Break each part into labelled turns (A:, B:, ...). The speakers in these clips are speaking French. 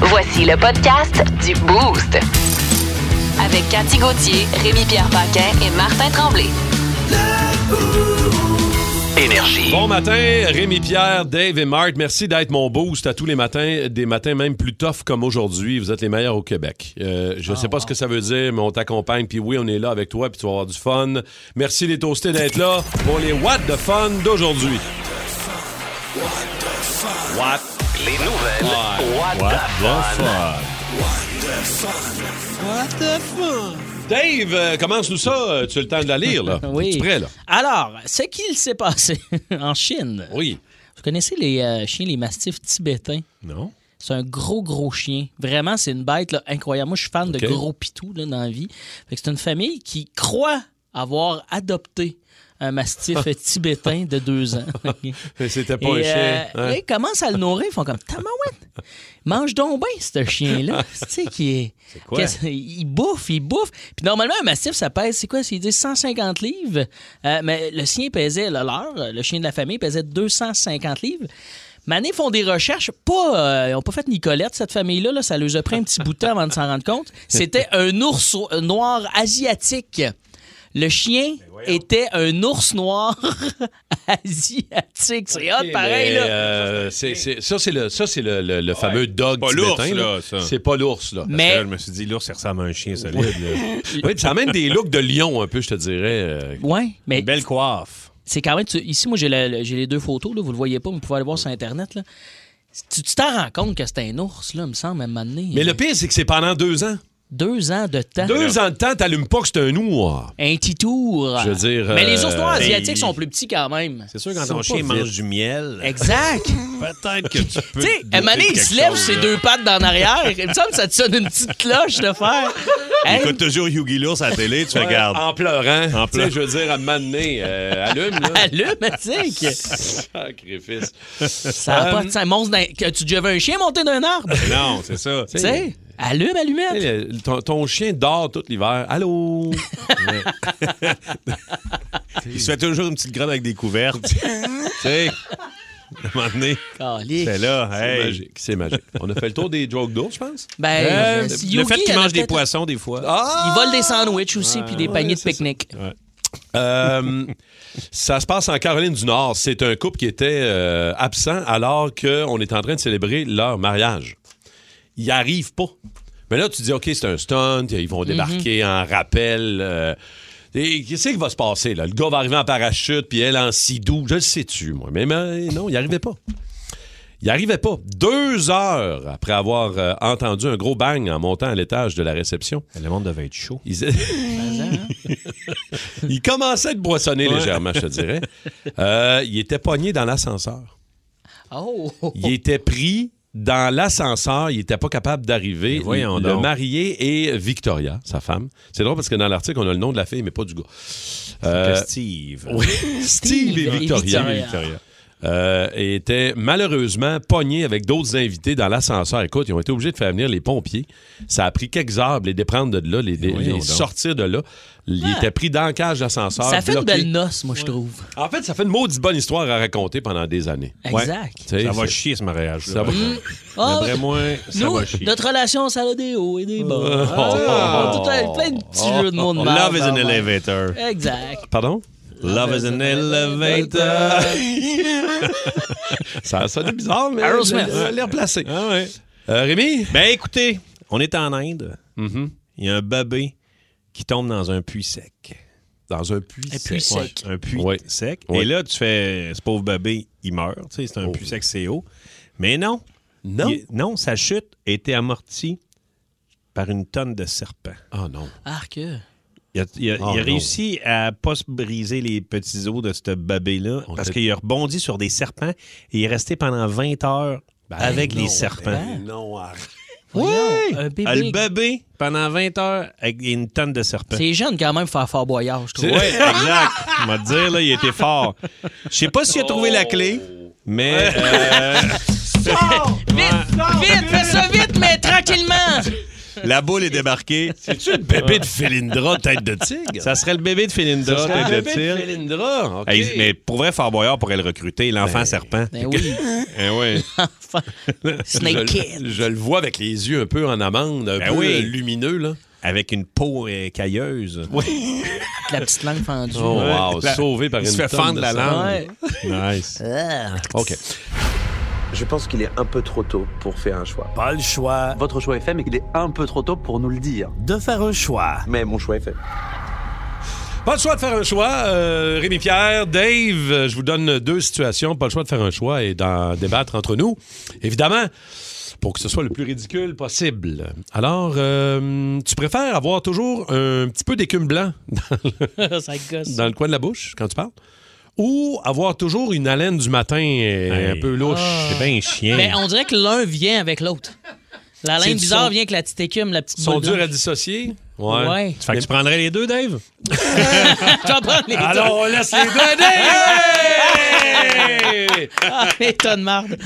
A: Voici le podcast du Boost. Avec Cathy Gauthier, Rémi-Pierre Paquin et Martin Tremblay.
B: Énergie.
C: Bon matin, Rémi Pierre, Dave et Marc. Merci d'être mon boost à tous les matins, des matins même plus tough comme aujourd'hui. Vous êtes les meilleurs au Québec. Euh, je ne sais pas ce que ça veut dire, mais on t'accompagne. Puis oui, on est là avec toi, puis tu vas avoir du fun. Merci les toastés d'être là pour les What the Fun d'aujourd'hui. What
B: Les nouvelles. What, the fun.
C: Dave, euh, commence-nous ça. Euh, Tu as le temps de la lire, là.
D: Ah Oui.
C: Tu es prêt, là?
D: Alors, ce qu'il s'est passé en Chine.
C: Oui.
D: Vous connaissez les euh, chiens, les mastifs tibétains?
C: Non?
D: C'est un gros, gros chien. Vraiment, c'est une bête là, incroyable. Moi, je suis fan
C: Ok.
D: de gros pitous là, dans la vie. Fait que c'est une famille qui croit avoir adopté un mastif tibétain de deux ans. Ok.
C: Mais C'était pas
D: Et,
C: un chien.
D: euh,
C: hein?
D: là, ils commencent à le nourrir. Ils font comme Tamawet, mange donc bien ce chien-là. tu sais, qui est.
C: quoi?
D: qu'est-ce- Il bouffe, il bouffe. Puis normalement, un massif, ça pèse, c'est quoi? C'est il dit 150 livres. Euh, mais le sien pesait, le leur, le chien de la famille pesait 250 livres. Mané font des recherches, pas, euh, ils n'ont pas fait Nicolette, cette famille-là, là, ça leur a pris un petit bout de temps avant de s'en rendre compte. C'était un ours euh, noir asiatique. Le chien
C: Ben
D: était un ours noir asiatique. C'est hot, pareil,
C: Mais,
D: là.
C: ben, euh, c'est- c'est- ça, c'est le, ça, c'est le, le- le fameux dog
E: Pas l'ours,
C: tibétain.
E: là, ça.
C: C'est pas l'ours, là.
D: Mais-
E: Là, je me suis dit, l'ours, il ressemble à un chien solide. là.
C: Oui, ça amène des looks de lion, un peu, je te dirais. euh,
D: Ouais, mais
E: Une belle coiffe.
D: c'est quand même. tu- ici, moi, j'ai le- le- j'ai les deux photos, là, vous le voyez pas, mais vous pouvez aller voir sur Internet. Là. Tu tu t'en rends compte que c'était un ours, là, me semble, à un moment donné.
C: Mais le pire, c'est que c'est pendant deux ans.
D: Deux ans de
E: Ah,
D: temps.
C: Deux ans de temps, t'allumes pas que c'est un noir.
D: Un petit tour.
C: Je veux dire,
D: Mais les ours noirs
C: euh,
D: asiatiques
E: hey.
D: sont plus petits quand même.
E: C'est sûr, quand
C: Ils sont
E: ton
C: pas
E: chien
C: vite.
E: mange du miel,
D: Exact.
E: peut-être que tu peux.
D: tu sais, à un moment donné, il se lève ses deux pattes dans l'arrière. Il me semble que ça te sonne une petite cloche de faire. Hey,
E: Écoute toujours Yugi l'ours à la télé, tu regardes.
C: En pleurant.
E: En
C: Tu sais,
E: pleurant.
C: je veux dire, à un moment donné, euh, allume, là.
D: allume, tu sais,
C: Sacrifice.
D: que Ça a pas de sens. Monstre d'un- que tu déjà vu un chien monter d'un arbre?
E: Non, c'est ça.
D: Tu sais, allume, allumette.
C: Tu sais, le- ton, ton chien dort tout l'hiver. Allô?
E: Il se fait toujours une petite grotte avec des couvertes. tu sais, à un moment donné,
D: Calique.
E: c'est là,
C: C'est
E: hey.
C: magique. C'est magique. On a fait le tour des jokes d'ours, je pense. Ah!
D: Ben,
E: Euh,
D: si
E: le
D: Yogi,
E: fait qu'il
D: elle a
E: mange des
D: peut-être-
E: poissons, des fois.
D: Il vole des sandwichs aussi, puis des paniers de
C: c'est
D: pique-nique.
C: Euh, ça se passe en Caroline du Nord. C'est un couple qui était euh, absent alors qu'on est en train de célébrer leur mariage. Ils n'y arrivent pas. Mais là, tu dis, OK, c'est un stunt, ils vont débarquer en rappel. euh, et qu'est-ce qui va se passer? Là? Le gars va arriver en parachute, puis elle en sidou. Je le sais-tu, moi. Mais, mais non, il n'y arrivait pas. Il n'y arrivait pas. Deux heures après avoir euh, entendu un gros bang en montant à l'étage de la réception,
E: Le monde devait être chaud.
C: ils... il commençait de boissonner légèrement, je te dirais. Euh, il était pogné dans l'ascenseur.
D: Oh!
C: Il était pris dans l'ascenseur. Il n'était pas capable d'arriver.
E: Mais voyons
C: Le
E: donc.
C: marié et Victoria, sa femme. C'est drôle parce que dans l'article, on a le nom de la fille, mais pas du gars. Euh,
E: Steve.
C: oui, Steve et
D: et
C: Victoria.
D: Victoria.
C: Euh, étaient malheureusement pognés avec d'autres invités dans l'ascenseur. Écoute, ils ont été obligés de faire venir les pompiers. Ça a pris quelques heures de les déprendre de là, les, les-
E: voyons
C: les
E: donc.
C: sortir de là. Ils étaient pris dans le cage d'ascenseur.
D: Ça fait une
C: bloqués.
D: belle noce, moi, je trouve.
C: En fait, ça fait une maudite bonne histoire à raconter pendant des années. Tu
D: Exact.
C: sais,
E: Ça va
C: c'est-
E: chier, ce mariage.
C: ça va- Mm.
D: Ah,
E: D'après moi, ça
D: nous,
E: va chier.
D: notre relation, ça a des hauts et des bas. Ah, tout un- plein de petits jeux de mots de merde,
E: Love is an
D: hein, ouais.
E: elevator.
D: Exact.
C: Pardon?
E: Love is an elevator.
C: Ça a sonné bizarre, mais
D: Aerosmith.
C: je vais les replacer.
E: Ah ouais.
C: Euh, Rémi?
E: Ben écoutez, on est en Inde.
C: Mm-hmm.
E: Il y a un bébé qui tombe dans un puits sec.
C: Dans un puits
D: Un puits
C: sec.
D: sec.
E: Un puits
C: Ouais.
E: sec.
C: Ouais.
E: Et là, tu fais, ce pauvre bébé, il meurt. Tu sais, c'est un puits sec, c'est haut. Mais non.
C: Oh. Non?
E: Il- non, sa chute a été amortie par une tonne de serpents.
C: Ah non.
D: Arc.
E: Il a, il a-
C: Oh
E: il a
C: non.
E: réussi à pas se briser les petits os de ce bébé-là
C: On
E: parce
C: t'a-
E: qu'il a rebondi sur des serpents et il est resté pendant 20 heures avec des
C: non,
E: serpents.
C: ben non, arrête.
D: Voyons, Un
E: Ah, Le
D: bébé.
E: bébé, pendant 20 heures, avec une tonne de serpents.
D: C'est jeune quand même faire fort boyard, je trouve.
E: Oui, exact. Je vais te dire, là, il était fort. Je sais pas s'il a trouvé la clé, mais euh,
D: Vite, vite, fais ça vite, mais tranquillement.
E: la boule est débarquée.
C: C'est-tu le bébé de Félindra, tête de tigre?
E: Ça serait le bébé de Félindra,
C: Ah, le
E: tête de
C: bébé de
E: tigre.
C: Félindra, OK.
E: Hey, mais pour vrai, Fort Boyard pourrait le recruter, l'enfant serpent.
D: Ben oui,
E: Eh oui.
D: enfin, Snake
C: je,
D: Kid.
C: je le vois avec les yeux un peu en amande, un
E: Ben
C: peu
E: oui.
C: euh, lumineux, là.
E: Avec une peau euh, cailleuse.
D: Avec la petite langue fendue.
C: Oh,
E: Ouais.
C: wow,
E: La-
C: sauvé par
E: il
C: une
E: se fait
C: tonne
E: fendre
C: de
E: la
C: serpents.
E: langue.
D: Ouais.
E: Nice.
C: OK.
F: Je pense qu'il est un peu trop tôt pour faire un choix.
G: Pas le choix
F: Votre choix est fait, mais il est un peu trop tôt pour nous le dire.
G: de faire un choix.
F: Mais mon choix est fait.
C: Pas le choix de faire un choix. Euh, Rémi Pierre, Dave, euh, je vous donne deux situations. Pas le choix de faire un choix et d'en débattre entre nous, évidemment, pour que ce soit le plus ridicule possible. Alors, euh, tu préfères avoir toujours un petit peu d'écume blanc dans
D: ça gosse.
C: le, dans le coin de la bouche quand tu parles ou avoir toujours une haleine du matin euh,
E: Hey.
C: un peu louche?
E: C'est bien chien.
D: Mais Ah. Ben, on dirait que l'un vient avec l'autre. La
C: Ben. C'est
D: laine
C: du
D: bizarre
C: son.
D: vient avec la petite écume, la petite
C: Ils sont
D: boule
C: durs à
D: blanche.
C: dissocier.
D: Ouais.
E: Fait que tu prendrais les deux, Dave?
D: Tu vas prendre les deux.
C: Alors, on laisse les deux. Dave!
D: Ah, les tonnes de
C: Ben
D: marde.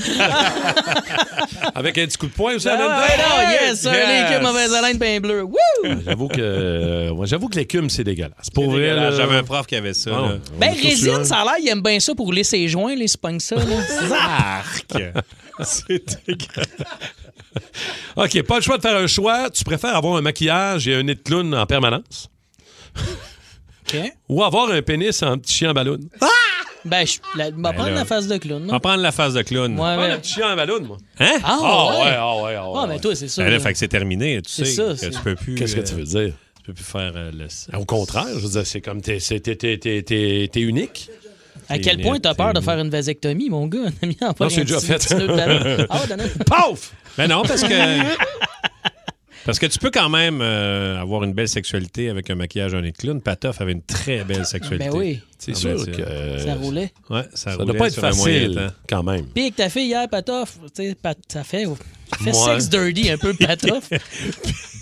C: Avec un petit coup de poing aussi.
D: Ah,
C: à la
D: ouais, non, yes, un
C: Yes!
D: écume, mauvaise haleine, pain bleu. Wouh!
C: J'avoue que euh, ouais, j'avoue que l'écume c'est dégueulasse. Pour vrai, là,
E: J'avais un prof qui avait ça.
C: Ah,
E: là.
C: on
D: Ben,
C: est tous là.
D: résine, ça a l'air, il aime bien ça pour rouler ses joints, les spunk ça. là.
E: Arc! C'est dégueulasse.
C: OK, pas le choix de faire un choix, tu préfères avoir un maquillage et un nez de clown en permanence
D: OK.
C: ou avoir un pénis en petit chien en ballon
D: Ben, je la- m'en prendre
E: là.
D: la face de clown,
E: On va
D: non?
E: prendre la phase de clown.
D: Ouais,
C: Ah,
D: ouais.
C: un petit chien en ballon moi.
E: Hein?
D: Ah,
C: Ah ouais,
D: ouais.
C: ah ouais, ah ouais.
D: Ah, mais toi, c'est ça.
E: Ben là,
D: là.
E: fait que c'est terminé, tu
D: C'est
E: sais.
D: ça,
E: que
D: c'est-
E: tu peux plus.
C: Qu'est-ce que tu
E: euh,
C: veux dire
E: Tu peux plus faire euh, le.
C: Au contraire, je veux dire c'est comme t'es c'est- t'es- t'es- t'es- t'es- t'es unique.
D: à quel
E: c'est
D: point t'as
E: net,
D: peur
E: c'est
D: de faire une vasectomie, mon gars? On a mis en place
C: c'est
D: un
C: déjà
D: petit-
C: fait.
D: petit nœud de ballon. Ah, ouais, donne un-
C: Paf!
E: Mais Ben non, parce que. Parce que tu peux quand même euh, avoir une belle sexualité avec un maquillage en nez de clown. Patoff avait une très belle sexualité.
D: Ben oui,
C: C'est
E: Ah,
C: sûr
E: ben,
C: que euh,
D: ça roulait.
E: Ouais, ça,
C: ça doit pas être facile
E: Moyen,
C: quand même.
D: Pique ta fille hier, Patoff. Tu sais, Pat- ça fait, ça fait
C: Ouais.
D: sex dirty un peu, Patoff.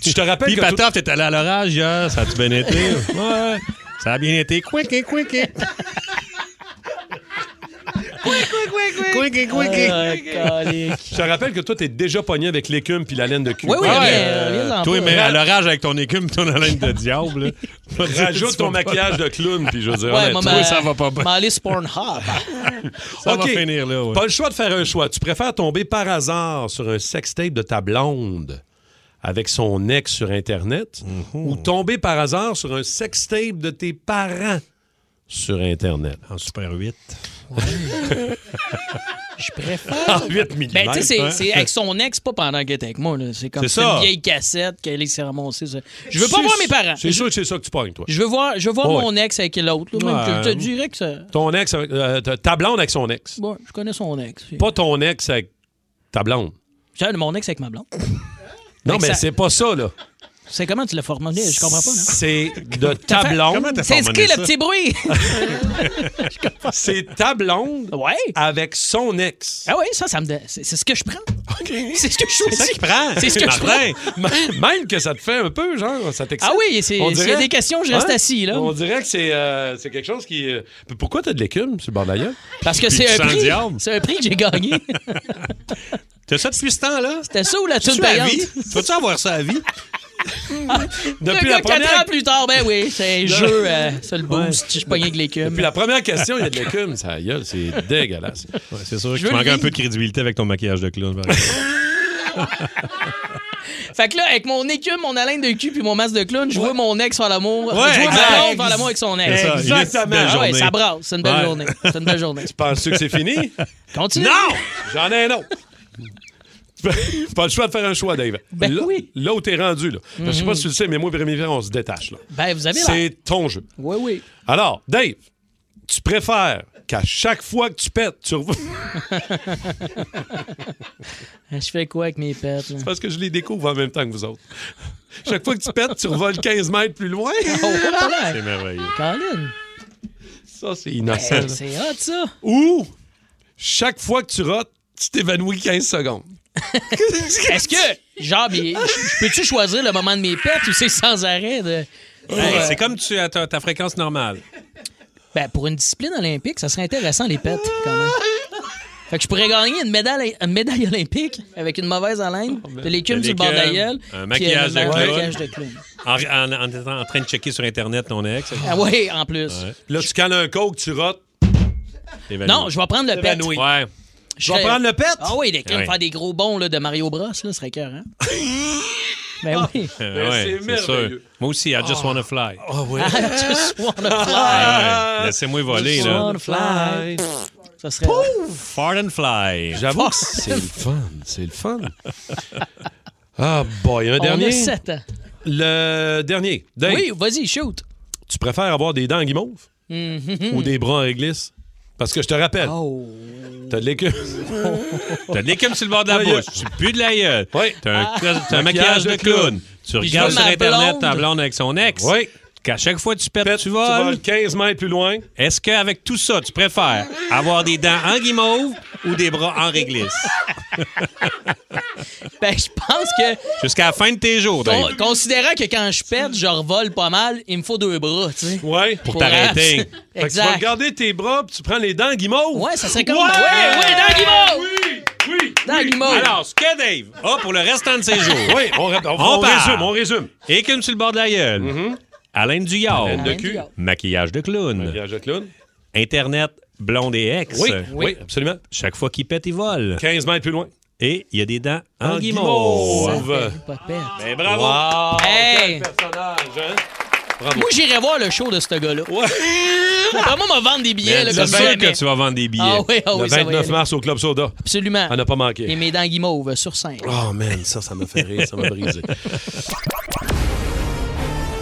C: Je te rappelle
E: Puis
C: que
E: Patoff, t'es allé à l'orage hier, ça a-tu bien été? ouais, ça a bien été. Quick, quick, quick. Quick, quick, quick.
D: Ah, calique.
C: Je te rappelle que toi, t'es déjà pogné avec l'écume puis la laine de cul. Ah,
D: Oui, oui,
E: Ouais,
D: reviens-
E: euh,
D: reviens-en
E: Toi,
D: pas.
E: mais à l'orage avec ton écume, ton haleine de diable. là.
C: Rajoute
E: Tu
C: ton
E: vas pas-
C: maquillage de clown, puis je veux dire,
D: Ouais,
C: honnête,
D: moi,
C: toi,
D: ma-
E: ça va pas bien.
D: ma liste Pornhub.
C: Ah,
E: Ça
C: OK.
E: va finir là. ouais.
C: Pas le choix de faire un choix. Tu préfères tomber par hasard sur un sextape de ta blonde avec son ex sur Internet
D: Mhm.
C: ou tomber par hasard sur un sextape de tes parents sur Internet?
E: En Super 8.
D: Je préfère.
C: En 8 mm.
D: Ben, tu sais, c'est- c'est avec son ex, pas pendant qu'elle était avec moi. là. C'est comme
C: C'est
D: c'est
C: ça.
D: une vieille cassette qu'elle s'est ramassée. ça. Je veux pas voir mes parents.
C: C'est sûr que c'est ça que tu pognes, toi.
D: Je veux voir, je veux voir
C: Ouais.
D: mon ex avec l'autre. là. Même
E: Ouais.
D: que Je te dirais que ça.
C: Ton ex, avec- euh, ta ta blonde avec son ex.
D: Bon, je connais son ex.
C: Pas ton ex avec ta blonde.
D: J'ai mon ex avec ma blonde.
C: Non,
D: Avec
C: mais
D: sa-
C: c'est pas ça, là.
E: Ah,
D: C'est comment tu l'as formulé? Je comprends pas, non?
C: C'est de ta blonde.
E: t'as
D: C'est ce
E: formulé
D: qui le
E: ça?
D: petit bruit?
C: C'est ta blonde
D: ouais.
C: avec son ex.
D: Ah oui, ça, ça me. dé- C'est c'est ce que je prends. C'est ce que je
E: C'est ça
D: choisis.
E: qui prend.
D: C'est ce que je
E: Martin.
C: M- Même que ça te fait un peu, genre, ça t'excite.
D: Ah oui, c'est-
C: On
D: s'il y a
C: dirait-
D: des questions, je reste
C: Hein?
D: assis, là.
C: On dirait que c'est euh, c'est quelque chose qui. euh, Pourquoi t'as de l'écume sur le bord de la gueule?
D: Parce que
E: Puis
D: c'est
E: tu
D: un
E: sens le
D: prix.
E: diable.
D: C'est un prix que j'ai gagné.
E: T'as ça depuis ce temps-là?
D: C'était ça ou la tune
E: Tu la
D: payante?
E: vie? Tu vas-tu avoir ça à vie?
D: Depuis
C: Depuis la,
D: ans
C: première,
D: plus tard, ben oui, c'est un jeu, euh, c'est le boost. Je suis pogné avec l'écume.
C: depuis la première question, il y a de l'écume. Ça gueule, c'est dégueulasse.
E: Ouais, c'est sûr que
D: Je
E: tu
D: veux
E: manques
D: le
E: un
D: vivre.
E: peu de crédibilité avec ton maquillage de clown. par exemple.
D: Fait que là, avec mon écume, mon haleine de cul puis mon masque de clown, je vois mon ex faire l'amour. je vois
E: exact.
D: ma blonde faire l'amour avec son ex.
E: C'est ça, une
C: Exactement.
E: belle
D: Ah ouais,
E: journée.
D: ça brasse. C'est une belle
E: Ouais.
D: journée. C'est une belle journée.
C: Penses-tu que c'est fini?
D: Continue.
C: Non! J'en ai un autre. Pas le choix de faire un choix, Dave.
D: Ben
C: là,
D: oui.
C: Là où t'es rendu, là. Parce que Je sais pas si tu le sais, mais moi, premier verre, on se détache, là.
D: Ben, vous avez l'air.
C: C'est ton jeu.
D: Oui, oui.
C: Alors, Dave, tu préfères qu'à chaque fois que tu pètes, tu revois.
D: Je fais quoi avec mes pets? là?
C: Parce que je les découvre en même temps que vous autres. Chaque fois que tu pètes, tu revoles 15 mètres plus loin.
D: Oh, pas mal.
E: C'est merveilleux.
D: Colin,
C: Ça, c'est innocent.
D: Ben, hey, c'est hot, ça.
C: Ou, chaque fois que tu rotes, tu t'évanouis 15 secondes.
D: Est-ce que, genre, mais je- je peux-tu choisir le moment de mes pertes ou c'est sans arrêt? De...
E: Hey, c'est comme tu as ta, ta fréquence normale.
D: Ben, pour une discipline olympique, ça serait intéressant, les pertes, quand même. Fait que je pourrais gagner une médaille, une médaille olympique avec une mauvaise haleine, de l'écume
E: Ah, ben, de
D: sur le bord de la
E: l'écume,
D: gueule,
E: un
D: puis,
E: maquillage
D: euh,
E: de
D: un
E: clown.
D: maquillage de clown.
E: En, en- en étant en train de checker sur Internet ton ex.
D: Ah oui, en plus.
C: Là, tu cales un coke, tu rotes.
E: t'évanouis.
D: Non, je vais prendre le pet.
E: Ouais.
D: Je
C: Je vais
D: serais-
C: prendre le pet.
D: Ah oui, les clowns
E: Ouais.
D: faire des gros bons là, de Mario Bros, là, ce serait cœur, hein? ben oui.
E: Euh,
C: Mais
E: ouais,
C: c'est
E: c'est
C: merveilleux.
E: sûr. Moi aussi, I just wanna fly.
D: Just wanna
E: Ouais,
D: fly.
E: ouais. Laissez-moi voler,
D: Just
E: Ah. là.
D: wanna fly. Ça serait.
E: Fart and fly.
C: J'avoue que c'est le fun. C'est le fun. Ah, boy. Il y en a un
D: On a
C: dernier.
D: 7 ans.
C: Le dernier. Dave,
D: Oui, vas-y, shoot.
C: tu préfères avoir des dents en guimauve ou des bras en réglisse? Parce que je te rappelle,
D: Mm-hmm. Oh.
C: t'as de l'écume.
E: T'as de l'écume sur le bord de la
C: Ouais,
E: bouche. Tu pues de la gueule.
C: Ouais.
E: T'as un, cos- t'as euh, Ah. un maquillage de clown. Tu
D: Puis
E: regardes
D: je
E: sur
D: vois ma
E: Internet
D: blonde.
E: ta blonde avec son ex.
C: Oui.
E: Qu'à chaque fois que tu pètes,
C: Pète,
E: tu
D: Ah,
E: voles.
C: 15 mètres plus loin.
E: Est-ce qu'avec tout ça, tu préfères avoir des dents en guimauve ou des bras en réglisse?
D: Ben, je pense que,
E: Jusqu'à la fin de tes jours,
D: con-
C: Ben,
E: Dave.
D: considérant que quand je pète, je revole pas mal, il me faut deux bras, tu sais.
C: Ouais. Pour
D: Pour
E: t'arrêter.
C: Fait
D: abs-
C: que tu vas
D: exact.
C: regarder tes bras, puis tu prends les dents en guimauve.
D: Ouais, ça serait comme.
C: Ouais!
D: Ouais, ouais, dans Guimauve!
C: Oui, oui.
D: Dans Guimauve!
E: Alors, ce que Dave a Ah, pour le restant de ses jours.
C: Oui, on, ré- on-
E: On
C: on
E: part.
C: résume, on résume.
E: Écume sur le bord de la gueule. Mm-hmm. Alain Duyard.
C: Alain de cul.
E: Maquillage de clown.
C: Maquillage de clown.
E: Internet, blonde et ex.
C: Oui, oui, absolument.
E: Chaque fois qu'il pète, il vole.
C: 15 mètres plus loin.
E: Et il y a des dents en,
C: En
E: guimauve.
C: guimauve.
D: Ça fait pas pète.
E: Ben, bravo.
C: Wow,
D: Hey!
C: Ah, personnage, hein?
D: Moi, j'irais voir le show de ce gars-là.
C: Ouais. Ben,
D: Vraiment, on va vendre des billets, là,
E: C'est
D: comme ça.
E: sûr
D: mais-
E: que tu vas vendre des billets.
D: Ah oui, ah oui,
C: le
D: ça va y
C: 29
D: aller.
C: mars au Club Soda.
D: Absolument.
C: On n'a pas
D: Et
C: manqué.
D: mes dents guimauves sur scène.
C: Oh man, ça, ça m'a fait rire, ça m'a brisé.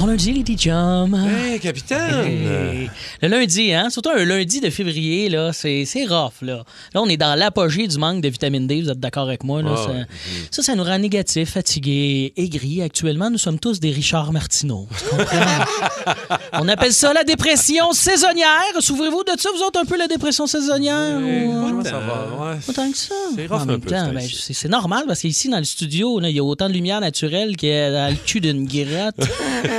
D: On lundi, les petits chums.
C: hey, capitaine!
D: Et Le lundi, hein? Surtout un lundi de février, là, c'est c'est rough, là. Là, on est dans l'apogée du manque de vitamine D, vous êtes d'accord avec moi, là?
C: Ah,
D: ça,
C: ouais.
D: ça, ça nous rend négatifs, fatigués, aigris. Actuellement, nous sommes tous des Richard Martineau. tu comprends? on appelle ça la dépression saisonnière. Souvrez-vous de ça, vous autres, un peu la dépression saisonnière? ou, euh,
C: Ça va, ouais.
D: pas tant que ça.
C: C'est rough
D: En même
C: un peu,
D: temps,
C: c'est
D: ben,
C: ici.
D: c'est c'est normal parce qu'ici, dans le studio, là, il y a autant de lumière naturelle qu'il y a dans le cul d'une gratte.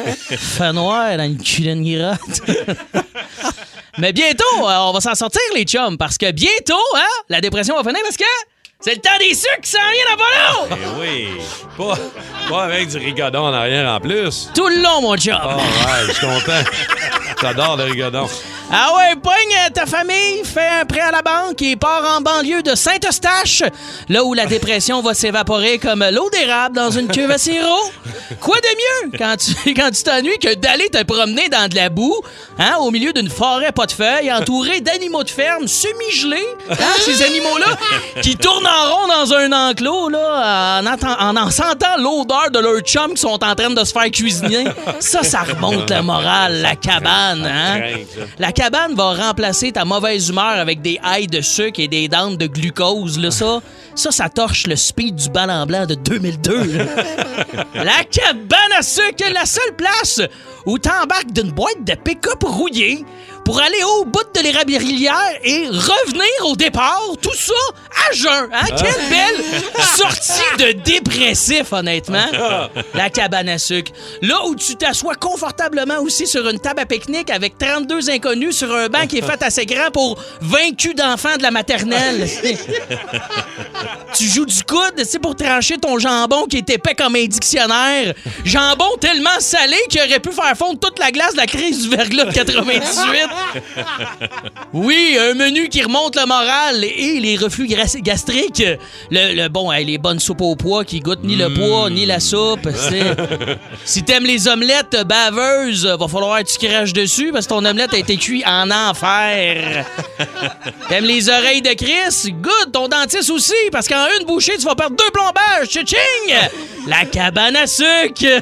D: Fait noir dans le cul d'une gratte. Mais bientôt, euh, on va s'en sortir, les chums, parce que bientôt, hein, la dépression va finir parce que c'est le temps des sucres qui s'en vient dans pas long!
E: Eh oui.
C: Pas, pas avec du rigodon en arrière en plus.
D: Tout le long, mon chum!
C: Oh, ouais, je suis content. J'adore le rigodon.
D: Ah ouais, pogne euh, ta famille, fais un prêt à la banque et part en banlieue de Saint-Eustache, là où la dépression va s'évaporer comme l'eau d'érable dans une cuve à sirop. Quoi de mieux quand tu quand tu t'ennuies que d'aller te promener dans de la boue, hein, au milieu d'une forêt pas de feuilles, entourée d'animaux de ferme semi-gelés, hein, ces animaux-là qui tournent en rond dans un enclos là, en, entend- en, en sentant l'odeur de leurs chums qui sont en train de se faire cuisiner. Ça, ça remonte le moral, la cabane, hein. La cabane va remplacer ta mauvaise humeur avec des hailles de sucre et des dents de glucose. Là, ça, ça, ça torche le speed du bal en blanc de 2002. là. la cabane à sucre est la seule place où t'embarques d'une boîte de pick-up rouillée pour aller au bout de l'érabilière et revenir au départ. Tout ça à jeun. Hein? Quelle belle sortie de dépressif, honnêtement. La cabane à sucre. Là où tu t'assois confortablement aussi sur une table à pique-nique avec 32 inconnus sur un banc qui est fait assez grand pour 20 culs d'enfants de la maternelle. tu joues du coude, c'est pour trancher ton jambon qui est épais comme un dictionnaire. Jambon tellement salé qu'il aurait pu faire fondre toute la glace de la crise du verglas de 98. Oui, un menu qui remonte le moral et les reflux gras- gastriques. Le, le bon, hey, les bonnes soupes au poids qui goûtent ni le poids ni la soupe. C'est- si t'aimes les omelettes baveuses, va falloir que tu craches dessus parce que ton omelette a été cuite en enfer. T'aimes les oreilles de Chris? Good, ton dentiste aussi, parce qu'en une bouchée, tu vas perdre deux plombages. Tching! La cabane à sucre!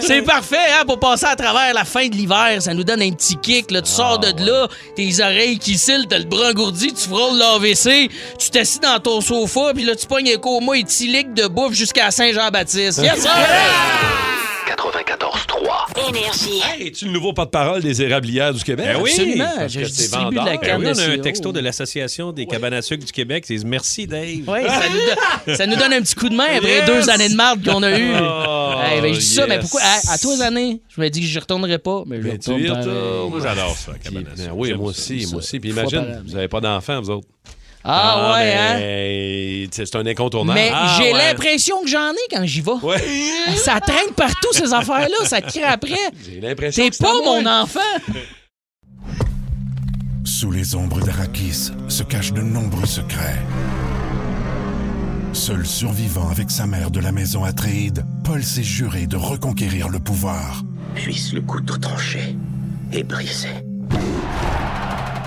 D: C'est parfait hein, pour passer à travers la fin de l'hiver. Ça nous donne un petit kick. kick, là, tu sors de là, tes oreilles qui cillent, t'as le bras gourdi, tu frôles l'AVC, tu t'assis dans ton sofa, puis là, tu pognes un coma éthylique de bouffe jusqu'à Saint-Jean-Baptiste. Yes, sir!
B: 94.3.
A: Énergie.
C: Hey, es-tu le nouveau porte-parole des érablières du Québec?
E: Ben oui.
D: Absolument,
C: Parce
D: je
C: que
D: distribue
C: t'es
D: de la
C: vendeur.
E: Ben oui, on a un
D: SEO.
E: texto de l'Association des cabanes à sucre du Québec. Ils disent merci, Dave.
D: Oui, ça, nous donne, ça nous donne un petit coup de main après
E: Yes!
D: deux années de marde qu'on a eues.
E: Oh,
D: Hey, ben, je dis ça,
E: yes.
D: mais pourquoi? À, à tous les années, je me dis que je retournerai pas, mais je
C: Ben, tu
D: retourne
C: y
D: pareil.
C: retournes.
E: euh, Moi, j'adore ça, la cabane
C: Ben
E: à sucre.
C: oui,
E: J'aime
C: moi
E: ça.
C: aussi, moi aussi. Puis
D: Fois par
C: imagine,
D: année.
C: vous n'avez pas d'enfants, vous autres.
D: Ah, ouais, hein?
C: ben, C'est c'est un incontournable.
D: Mais
C: Ah,
D: j'ai
C: ouais.
D: l'impression que j'en ai quand j'y vais.
C: Ouais.
D: Ça traîne partout, ces affaires-là. Ça te crée après.
C: J'ai l'impression
D: T'es
C: que c'est à
D: pas
C: moi.
D: mon enfant.
H: Sous les ombres d'Arakis se cachent de nombreux secrets. Seul survivant avec sa mère de la maison Atréide, Paul s'est juré de reconquérir le pouvoir,
F: Puisse le couteau tranché et brisé.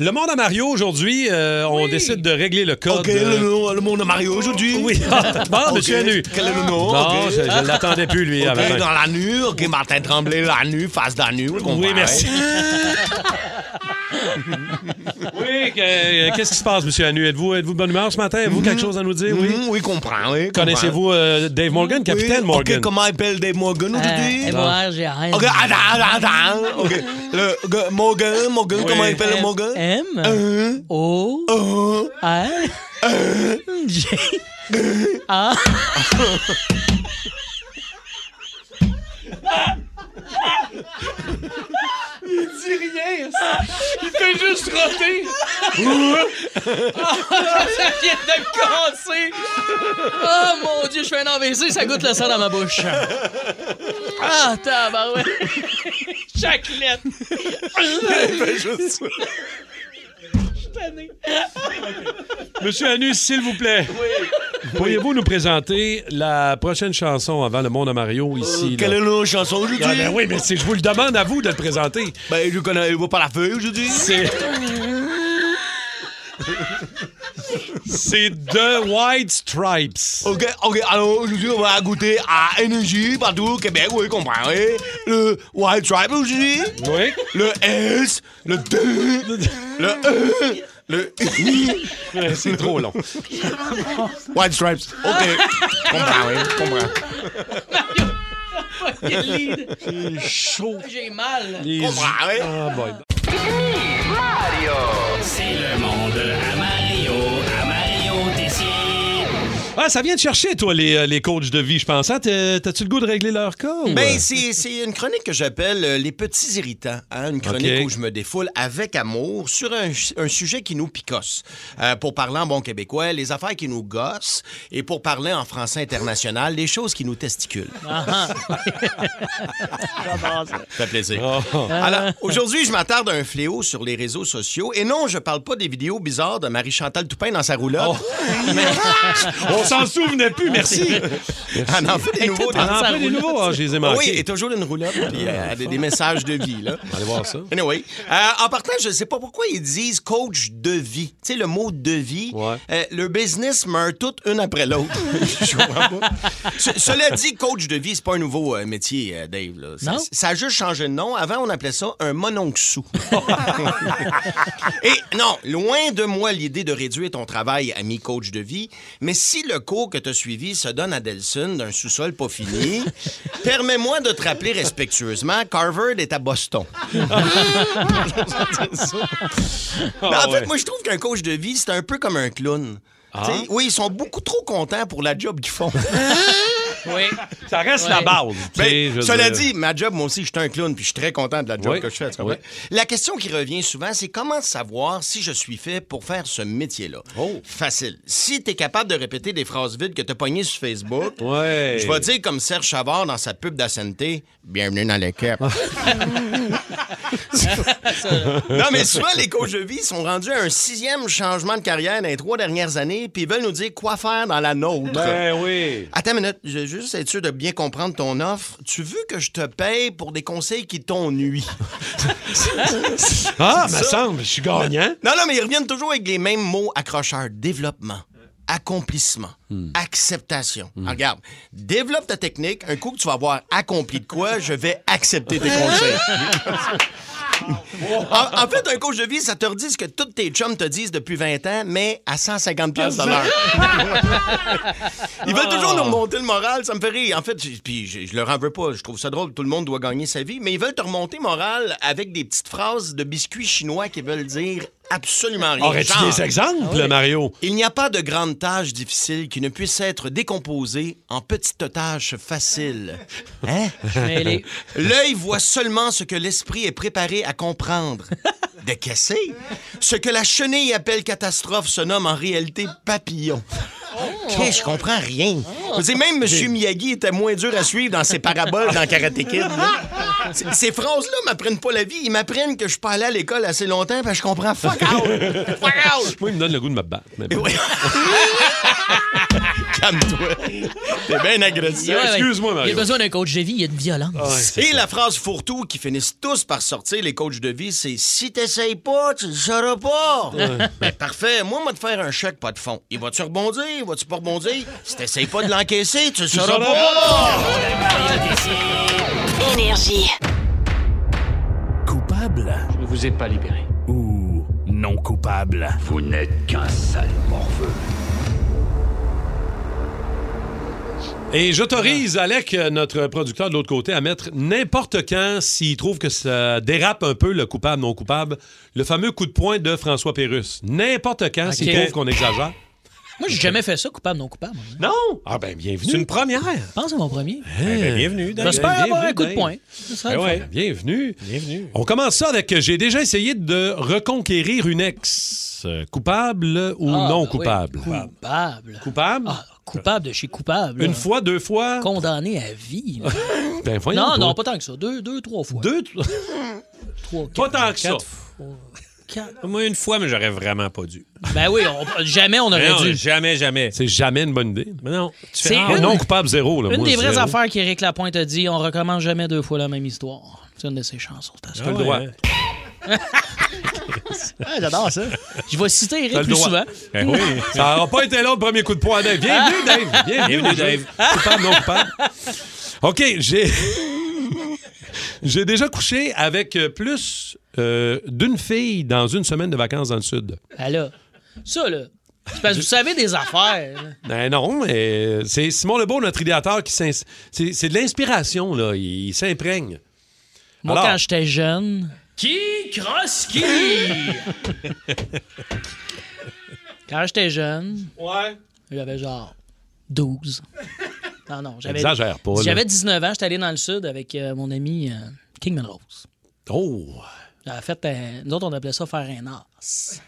C: Le monde à Mario aujourd'hui, euh, on décide de régler le code. euh,
I: monde Mario aujourd'hui.
C: Oui, bon, monsieur Hanu.
I: Quel est le nom?
C: Non,
I: Ok.
C: je, je l'attendais plus, lui. à
I: Ok,
C: matin.
I: dans la nuit, ok, Martin Tremblay, la nuit, face de la nuit. on
C: Oui,
I: va,
C: merci.
I: hein.
C: oui, que- euh, qu'est-ce qui se passe, monsieur Hanu? Êtes-vous êtes de bonne humeur ce matin? Avez-vous quelque chose à nous dire? Oui.
I: Mhm, oui, comprends. Oui, comprends.
C: Connaissez-vous euh, Dave Morgan,
I: Oui,
C: capitaine Morgan?
I: Ok, comment appelle Dave Morgan
D: Ah,
I: aujourd'hui?
D: et moi, j'ai rien.
I: Ok, attends, attends, attends. Ok, le gars, Morgan, Morgan, comment il appelle Morgan?
D: M.
I: Hein?
D: E, O. E,
I: Oh.
D: R. J. A. Ça vient de me casser! Oh mon dieu, je fais un AVC, ça goûte le sang dans ma bouche. Ah, tabarouette! Chaclette!
C: Monsieur Hanu, s'il vous plaît. Pourriez-vous nous présenter la prochaine chanson avant Le Monde à Mario ici?
I: Quelle
C: là?
I: est la chanson aujourd'hui?
C: Ah, ben oui, mais c'est- je vous le demande à vous de le présenter.
I: Ben, je connais, il voit pas la feuille aujourd'hui.
C: C'est. C'est The White Stripes.
I: Ok, ok, alors aujourd'hui, on va goûter à Énergie partout au Québec, oui, comprends, oui. Le White Tribe aujourd'hui.
C: Oui.
I: Le S, le D, le E, le I.
C: C'est trop long.
I: White Stripes. OK. comprends, oui, comprends.
C: Chaud.
D: J'ai mal!
C: Les-
I: Comprends, oui.
C: Ah, boy.
J: C'est le monde à Mario, à Mario Tessier.
C: Ah, ça vient de chercher, toi, les, euh, les coachs de vie, je pense. hein? T'es- T'as-tu le goût de régler leur cas? ou-
I: Ben, c'est c'est une chronique que j'appelle euh, Les petits irritants. hein, une chronique
C: Ok.
I: où je me défoule avec amour sur un, ch- un sujet qui nous picosse. Euh, pour parler en bon québécois, les affaires qui nous gossent. Et pour parler en français international, les choses qui nous testiculent. Ah, Ça fait plaisir.
C: Oh.
I: Alors, aujourd'hui, je m'attarde à un fléau sur les réseaux sociaux. Et non, je parle pas des vidéos bizarres de Marie-Chantal Toupin dans sa roulotte.
C: Oh. On s'en souvenait plus, merci.
I: Elle en fait des nouveaux.
C: On
I: dans-
C: en fait des nouveaux, ah, je les ai manqués. Ah,
I: Oui, et toujours une roulotte, puis euh, des, des messages de vie. Là.
C: Allez voir ça.
I: Anyway, euh, en partant, je ne sais pas pourquoi ils disent coach de vie. Tu sais, le mot de vie,
C: Ouais.
I: euh, le business meurt toutes une après l'autre. Je comprends pas. Ce- cela dit, coach de vie, c'est pas un nouveau euh, métier, euh, Dave. là. Ça,
D: Non.
I: ça a juste changé de nom. Avant, on appelait ça un mononcle sous. Et non, loin de moi l'idée de réduire ton travail à mi-coach de vie, mais si le cours que tu as suivi se donne à Delson d'un sous-sol pas fini, permets-moi de te rappeler respectueusement qu'Harvard est à Boston. Mais en fait, moi, je trouve qu'un coach de vie, c'est un peu comme un clown. T'sais, Oui, ils sont beaucoup trop contents pour la job qu'ils font.
D: Oui.
C: ça reste la base. tu sais,
I: Ben,
C: je veux
I: cela
C: dire.
I: dit, ma job, moi aussi, je suis un clown, puis je suis très content de la job
C: Oui.
I: que je fais. tu comprends?
C: Oui.
I: La question qui revient souvent, c'est comment savoir si je suis fait pour faire ce métier-là?
C: Oh.
I: Facile. Si tu es capable de répéter des phrases vides que tu as pognées sur Facebook,
C: Ouais.
I: je vais dire comme Serge Chavard dans sa pub d'Assenté, bienvenue dans l'équipe. non, mais souvent, les coachs de vie sont rendus à un sixième changement de carrière dans les trois dernières années, puis ils veulent nous dire quoi faire dans la nôtre.
C: Ben oui.
I: Attends une minute, je, juste être sûr de bien comprendre ton offre. Tu veux que je te paye pour des conseils qui t'ennuient?
C: Ah,
I: C'est
C: me
I: ça.
C: semble, je suis gagnant.
I: Non, non, mais ils reviennent toujours avec les mêmes mots accrocheurs. Développement, accomplissement, acceptation. Alors, regarde, développe ta technique. Un coup que tu vas avoir accompli de quoi, je vais accepter tes conseils. En, en fait, un coach de vie, ça te redit ce que tous tes chums te disent depuis 20 ans, mais à 150 pièces de l'heure. Ils veulent toujours
C: Ah.
I: nous remonter le moral, ça me fait rire. En fait, j- puis j- je leur en veux pas, je trouve ça drôle, tout le monde doit gagner sa vie, mais ils veulent te remonter le moral avec des petites phrases de biscuits chinois qui veulent dire absolument rien.
C: Aurais-tu
I: Genre,
C: des exemples, Mario?
I: Il n'y a pas de grande tâche difficile qui ne puisse être décomposée en petites tâches faciles. Hein?
D: mêlé.
I: L'œil voit seulement ce que l'esprit est préparé à comprendre. De casser. Ce que la chenille appelle catastrophe se nomme en réalité papillon. Qu'est-ce je comprends rien. Je veux dire, même M. Miyagi était moins dur à suivre dans ses paraboles dans Karate Kid. là. C- Ces phrases-là m'apprennent pas la vie. Ils m'apprennent que je suis pas allé à l'école assez longtemps parce que je comprends fuck out. Fuck out.
C: Moi, il me donne le goût de me battre. mais bon.
I: Calme-toi. T'es bien agressif.
D: Ouais, ouais. Il y a besoin d'un coach de vie, il y a de violence.
C: Ah.
I: Et la phrase fourre-tout qui finissent tous par sortir, les coachs de vie, c'est Si t'essayes pas, tu le sauras pas. ben, parfait. Moi, moi, te faire un chèque, pas de fond. Il va-tu rebondir? Il va-tu pas rebondir? Si t'essayes pas de l'encaisser, tu le sauras
J: sauras
I: pas.
A: Énergie.
J: Coupable Je ne vous ai pas libéré. Ou non coupable Vous n'êtes qu'un sale morveux.
C: Et j'autorise Alec, euh, notre producteur de l'autre côté, à mettre n'importe quand, s'il trouve que ça dérape un peu le coupable, non coupable, le fameux coup de poing de François Pérusse. N'importe quand, s'il
D: Ok.
C: trouve qu'on exagère.
D: Moi, j'ai jamais fait ça, coupable, non coupable. moi.
C: Non! Ah ben, bienvenue. C'est une première. Hein?
D: Je pense à mon premier.
E: Eh ben, bienvenue, Dave.
D: J'espère
C: bienvenue,
D: avoir un coup de
C: Dave.
D: poing. Ça serait
C: Ben
D: le fun.
C: eh, ouais, bienvenue. Bienvenue. On commence ça avec euh, j'ai déjà essayé de reconquérir une ex. Euh, Coupable ou
D: Ah,
C: non
D: ben oui,
C: coupable?
D: Coupable.
C: Coupable?
D: Ah, coupable de chez coupable.
C: Une
D: là.
C: fois, deux fois?
D: Condamné à vie. là.
C: Ben, voyons
D: non,
C: pas.
D: non, pas tant que ça. Deux, deux trois fois.
C: Deux?
D: trois,
C: pas
D: quatre,
C: tant que ça.
E: Quatre Moi, une fois, mais j'aurais vraiment pas dû.
D: Ben oui, on- jamais on
E: Mais
D: aurait
E: non,
D: dû.
E: Jamais, jamais.
C: Ben C'est jamais une bonne idée.
E: Mais non. Tu
D: C'est
E: fais, ah,
C: Pas
D: une-
C: non coupable zéro. Là,
D: Une
C: moi,
D: des vraies
C: zéro.
D: affaires qu'Éric Lapointe a dit, on recommence jamais deux fois la même histoire. C'est une de ses chansons. c'est à ça.
C: T'as le droit.
E: ouais. hein.
D: Ah, J'adore ça. Je vais citer
C: T'as
D: Éric
C: le
D: plus
C: droit. Ben
D: souvent.
E: Eh oui.
C: Ça n'aura pas été long le premier coup de poing à Dave. Bienvenue, Dave. Bienvenue,
E: Bienvenue,
C: Dave. Coupable, non coupable. OK, j'ai. J'ai déjà couché avec euh, plus euh, d'une fille dans une semaine de vacances dans le Sud.
D: Alors, ça, Ben là, c'est parce que vous savez des affaires. là.
C: Ben non, mais c'est Simon Lebeau, notre idéateur, qui s'ins- c'est c'est de l'inspiration, là. Il, il s'imprègne.
D: Moi,
C: Alors-
D: quand j'étais jeune,
J: Qui crosse qui
D: quand j'étais jeune,
C: Ouais.
D: j'avais genre 12. Non, non, j'avais...
C: Exagère pas, là.
D: J'avais 19 ans, j'étais allé dans le sud avec euh, mon ami euh, Kingman Rose.
C: Oh!
D: En fait, euh, nous autres, on appelait ça faire un as.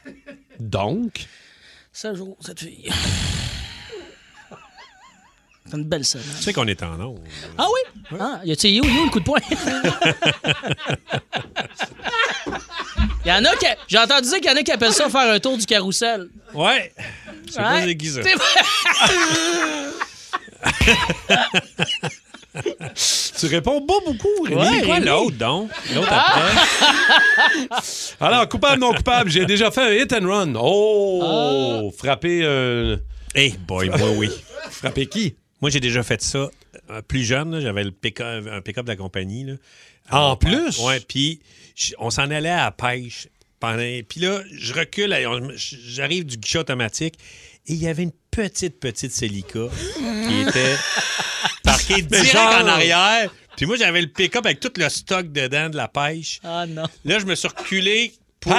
C: Donc.
D: Ça joue, cette fille. C'est une belle hein. semaine.
E: Tu sais qu'on est en onde.
D: Ah oui? Ah, y a-tu yo, yo, le coup de poing? y en a qui. J'ai entendu dire qu'il y en a qui appellent ça faire un tour du carrousel.
E: Ouais. C'est pas
D: Ouais.
E: déguisé.
D: C'est vrai.
C: Tu réponds pas beaucoup, Rémi.
E: C'est quoi l'autre, donc? L'autre après?
C: Alors, coupable, non coupable, j'ai déjà fait un hit and run. Oh! Frapper. euh,
E: Eh, boy, moi, oui.
C: frapper qui?
E: Moi, j'ai déjà fait ça euh, plus jeune. là, J'avais le pick-up- un pick-up de la compagnie. là.
C: Ah, En
E: Euh,
C: plus?
E: Ouais, puis j- on s'en allait à la pêche. pendant- Puis là, je recule, et on- j'arrive du guichet automatique et il y avait une petite, petite Celica qui était parquée direct
C: genre-
E: en arrière. Puis moi, j'avais le pick-up avec tout le stock dedans de la pêche.
D: Ah non.
E: Là, je me suis reculé pour,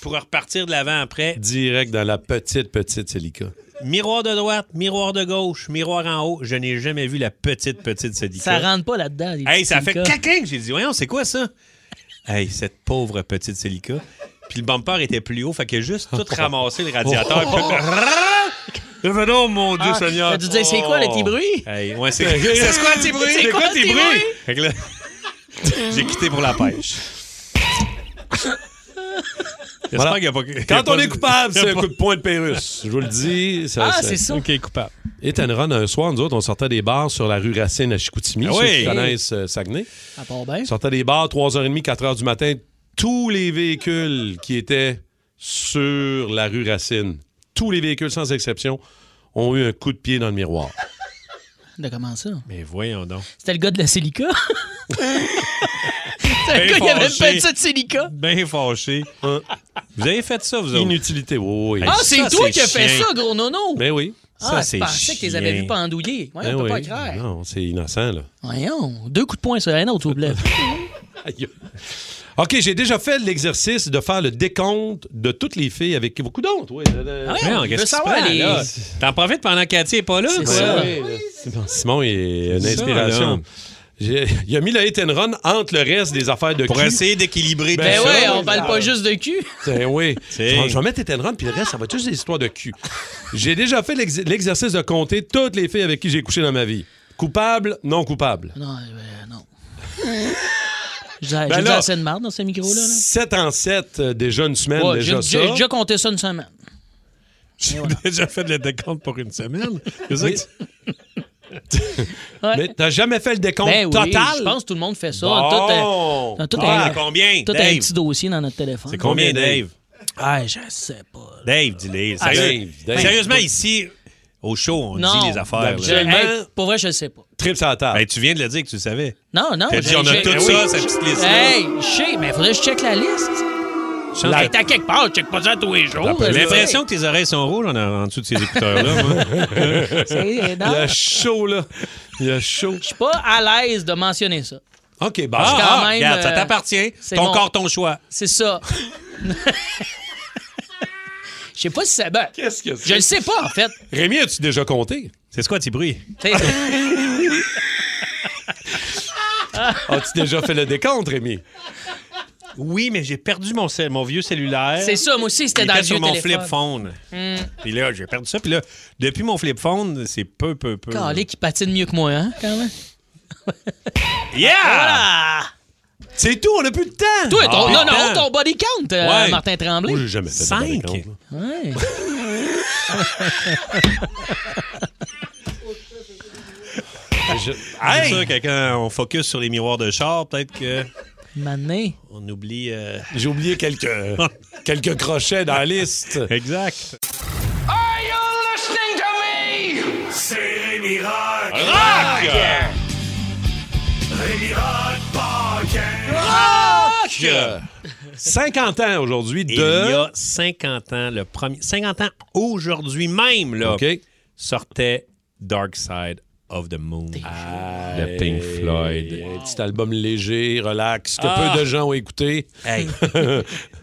E: pour repartir de l'avant après.
C: Direct dans la petite, petite Celica.
E: Miroir de droite, miroir de gauche, miroir en haut. Je n'ai jamais vu la petite, petite Celica.
D: Ça rentre pas là-dedans. les
E: Hey,
D: petits
E: ça fait
D: cas.
E: caquin! J'ai dit, voyons, c'est quoi ça? Hey, cette pauvre petite Celica. Puis le bumper était plus haut, fait que juste tout ramasser le radiateur. puis tout- Je fais, oh mon Dieu,
D: Ah,
E: Seigneur.
D: t'as dû dire, c'est quoi le petit bruit?
E: Hey, Oh. ouais, c'est c'est quoi le petit bruit?
D: C'est quoi le petit bruit?
E: Fait que là, j'ai quitté pour la pêche. J'espère
C: Voilà.
E: qu'il y a pas- qu'il y a
C: Quand
E: pas-
C: on est coupable,
E: il y a
C: c'est un
E: pas-
C: coup de poing de Pérus. Je vous le dis.
D: Ah, c'est ça.
E: Ok, coupable.
C: Hit and Run, un soir, nous autres, on sortait des bars sur la rue Racine à Chicoutimi,
E: Ah
C: ceux
E: oui.
C: qui connaissent euh, Saguenay.
D: À part bien.
C: On sortait des bars, 3h30, 4h du matin. Tous les véhicules qui étaient sur la rue Racine, tous les véhicules sans exception, ont eu un coup de pied dans le miroir.
D: De comment ça?
E: Ben,
C: Mais voyons donc.
D: C'était le gars de la silica? C'était le
E: Ben
D: gars qui avait une
E: fâché.
D: petite de silica?
E: Bien fâché. Hein? vous avez fait ça, vous autres? Ben,
C: Inutilité, oui.
D: Ah, c'est toi qui as fait ça, gros nono!
C: Ben oui.
D: ah, je pensais que tu les avais vus pendouiller. Ouais,
C: Ben
D: on peut pas
C: oui.
D: écrire.
C: Non, c'est innocent, là.
D: Voyons, deux coups de poing sur un autre, s'il vous plaît.
C: Aïe. OK, j'ai déjà fait l'exercice de faire le décompte de toutes les filles avec qui vous coudons, toi.
D: Ah
E: Ouais, on qu'est-ce que tu prends, là? T'en profites pendant qu'Cathy est pas là, quoi.
C: ça. Simon est une
E: Ah C'est ça, Ben
C: inspiration.
E: là.
C: J'ai- il a mis le hit and run entre le reste des affaires de
E: Pour
C: cul.
E: essayer d'équilibrer
D: Ben
E: tout
D: ouais,
E: ça.
D: on parle pas juste de cul.
C: Ben oui.
E: C'est-
C: Je vais- je vais mettre hit and run, puis le reste, ça va être juste des histoires de cul. J'ai déjà fait l'ex- l'exercice de compter toutes les filles avec qui j'ai couché dans ma vie. Coupable, non coupable.
D: Non, ben, non. J'ai
C: Ben
D: j'ai dit
C: là-
D: assez de marde dans ce micro-là. là.
C: 7 en euh, 7, déjà une semaine,
D: Ouais,
C: déjà
D: J'ai
C: ça.
D: j'ai déjà compté ça une semaine.
E: J'ai déjà fait le décompte pour une semaine. C'est ça que tu-
D: Ouais.
C: Mais t'as jamais fait le décompte
D: Ben oui,
C: total?
D: je pense que tout le monde fait ça.
C: Bon.
D: Tout, euh, on a tout
E: Ah,
D: un,
E: combien,
D: tout un
E: Dave?
D: petit dossier dans notre téléphone.
E: C'est combien, Dave?
D: Ah, je sais pas.
E: Dave, dis-les.
C: Ah,
E: Sérieux-
C: Dave, Dave.
E: Sérieusement, ici, au show, on
D: non.
E: dit les affaires. là.
D: Je-
C: là.
D: hey, pour vrai, je le sais pas.
C: Triple sur la table.
E: Ben, tu viens de le dire que tu le savais.
D: Non, non.
E: T'as dit,
D: j'ai-
E: on a
D: j'ai-
E: tout
D: oui.
E: ça, cette petite liste-là.
D: Hey, je sais, mais faudrait que je check la liste.
E: Chance
D: Hey,
E: que-
D: T'as quelque part, je check pas ça tous les jours.
E: J'ai
D: je
E: l'impression que tes oreilles sont rouges en, en dessous de ces écouteurs-là. moi.
D: sais. C'est- non,
C: Il a chaud, là. Il a chaud.
D: Je suis pas à l'aise de mentionner ça.
C: OK, bon.
D: Parce que-
E: Ah,
D: Quand même,
E: regarde, ça
D: euh,
E: t'appartient.
D: c'est
E: Ton
D: mon-
E: corps, ton choix.
D: C'est ça. Je sais pas si ça. Ben,
C: Qu'est-ce que c'est?
D: je le sais pas, en fait.
C: Rémi, as-tu déjà compté?
E: C'est ce quoi tes bruits?
D: T'sais,
C: As-tu déjà fait le décompte, Rémi?
E: Oui, mais j'ai perdu mon, cell- mon vieux cellulaire.
D: C'est ça, moi aussi,
E: Il
D: c'était
E: était
D: dans le
E: sur
D: vieux
E: mon
D: téléphone. Hmm.
E: flip phone. Puis là, j'ai perdu ça. Puis là, depuis mon flip phone, c'est peu, peu, peu.
D: Calé qui patine mieux que moi, hein, quand même.
E: Yeah!
D: Ah!
C: C'est tout, on n'a plus de temps.
D: Toi, ton,
E: Ah,
D: non, non,
E: putain.
D: ton body count, euh,
E: Ouais.
D: Martin Tremblay.
C: Moi, j'ai jamais fait
E: Cinq.
C: de décompte. là.
D: Ouais.
C: Je-
E: Hey! C'est sûr que quand on focus sur les miroirs de char, peut-être qu'on
D: Mané.
E: oublie. euh,
C: J'ai oublié quelques, quelques crochets dans la liste.
E: Eh Exact.
J: C'est Rémi Rock! Rémi Rock Podcast!
C: 50 ans aujourd'hui
E: Il y
C: de...
E: a 50 ans, le premier. 50 ans aujourd'hui même, là.
C: OK.
E: Sortait Dark Side of the Moon Ah, de Pink Floyd.
C: Un petit album léger, relax, que peu de gens ont écouté.
E: Hey.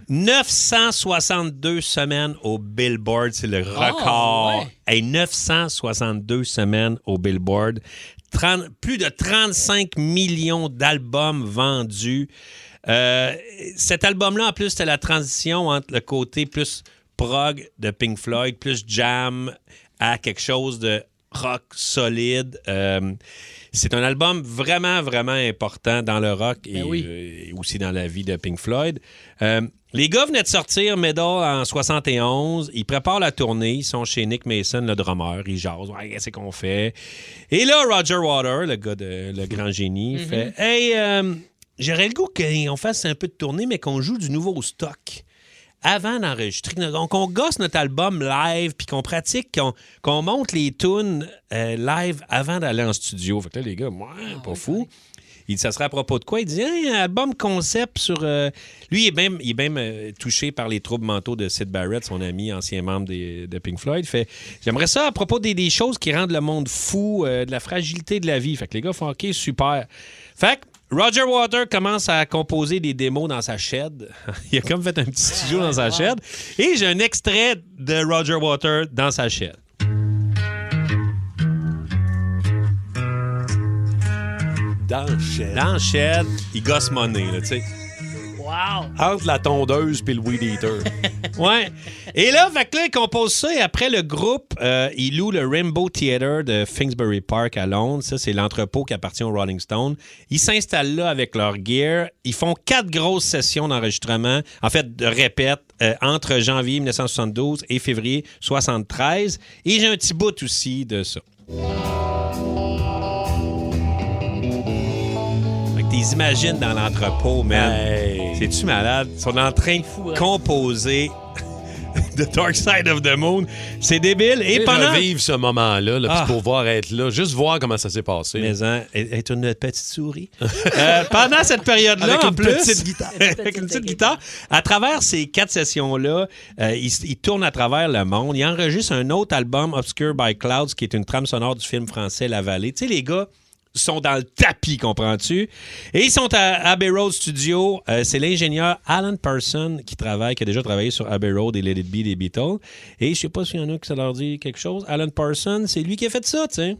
E: 962 semaines au Billboard, c'est le record. Hey, 962 semaines au Billboard. 30 plus de 35 millions d'albums vendus. Euh, cet album-là, en plus, c'était la transition entre le côté plus prog de Pink Floyd, plus jam, à quelque chose de rock solide. Euh, c'est un album vraiment, vraiment important dans le rock et,
D: oui.
E: euh, et aussi dans la vie de Pink Floyd. Euh, les gars venaient de sortir Medal en 71. Ils préparent la tournée. Ils sont chez Nick Mason, le drummer. Ils jasent. Ouais, qu'est-ce qu'on fait? Et là, Roger Water, le gars de Le Grand Génie, fait Hey, euh, j'aurais le goût qu'on fasse un peu de tournée, mais qu'on joue du nouveau stock avant d'enregistrer. Donc, on gosse notre album live, puis qu'on pratique, qu'on qu'on monte les tunes euh, live avant d'aller en studio. Fait que là, les gars, moi, pas fou. Il dit, ça serait à propos de quoi? Il dit, Hey, un album concept sur... euh, Lui, il est même, il est même euh, touché par les troubles mentaux de Sid Barrett, son ami, ancien membre des- de Pink Floyd. Fait, j'aimerais ça à propos des, des choses qui rendent le monde fou, euh, de la fragilité de la vie. Fait que les gars font, OK, super. Fait que Roger Water commence à composer des démos dans sa shed. Il a comme fait un petit studio dans sa shed. Et j'ai un extrait de Roger Water dans sa shed.
C: Dans le chef.
E: Dans la shed, il gosse money, là, tu sais.
D: Wow.
C: Entre la tondeuse puis le weed eater.
E: Ouais. Et là, fait que là, il compose ça et après le groupe, euh, il loue le Rainbow Theatre de Finsbury Park à Londres. Ça, c'est l'entrepôt qui appartient aux Rolling Stones. Ils s'installent là avec leur gear. Ils font quatre grosses sessions d'enregistrement, en fait, de répète, euh, entre janvier 1972 et février 73. Et j'ai un petit bout aussi de ça. Fait que t'es imagines dans l'entrepôt, man. C'est-tu malade? Ils sont en train de composer The Dark Side of the Moon. C'est débile. Et
C: Et
E: pendant...
C: vivre ce moment-là, là, puis
E: Ah.
C: pour voir être là, juste voir comment ça s'est passé.
E: Mais hein, être une petite souris. Euh, pendant cette période-là,
C: Avec
E: en
C: une
E: plus,
C: petite guitare.
E: avec une petite guitare, à travers ces quatre sessions-là, euh, il, s- il tourne à travers le monde. Il enregistre un autre album, Obscure by Clouds, qui est une trame sonore du film français La Vallée. Tu sais, les gars sont dans le tapis, comprends-tu? Et ils sont à Abbey Road Studio. Euh, c'est l'ingénieur Alan Parson qui travaille, qui a déjà travaillé sur Abbey Road et Let It Be des Beatles. Et je sais pas s'il y en a qui ça leur dit quelque chose. Alan Parson, c'est lui qui a fait ça, tu sais.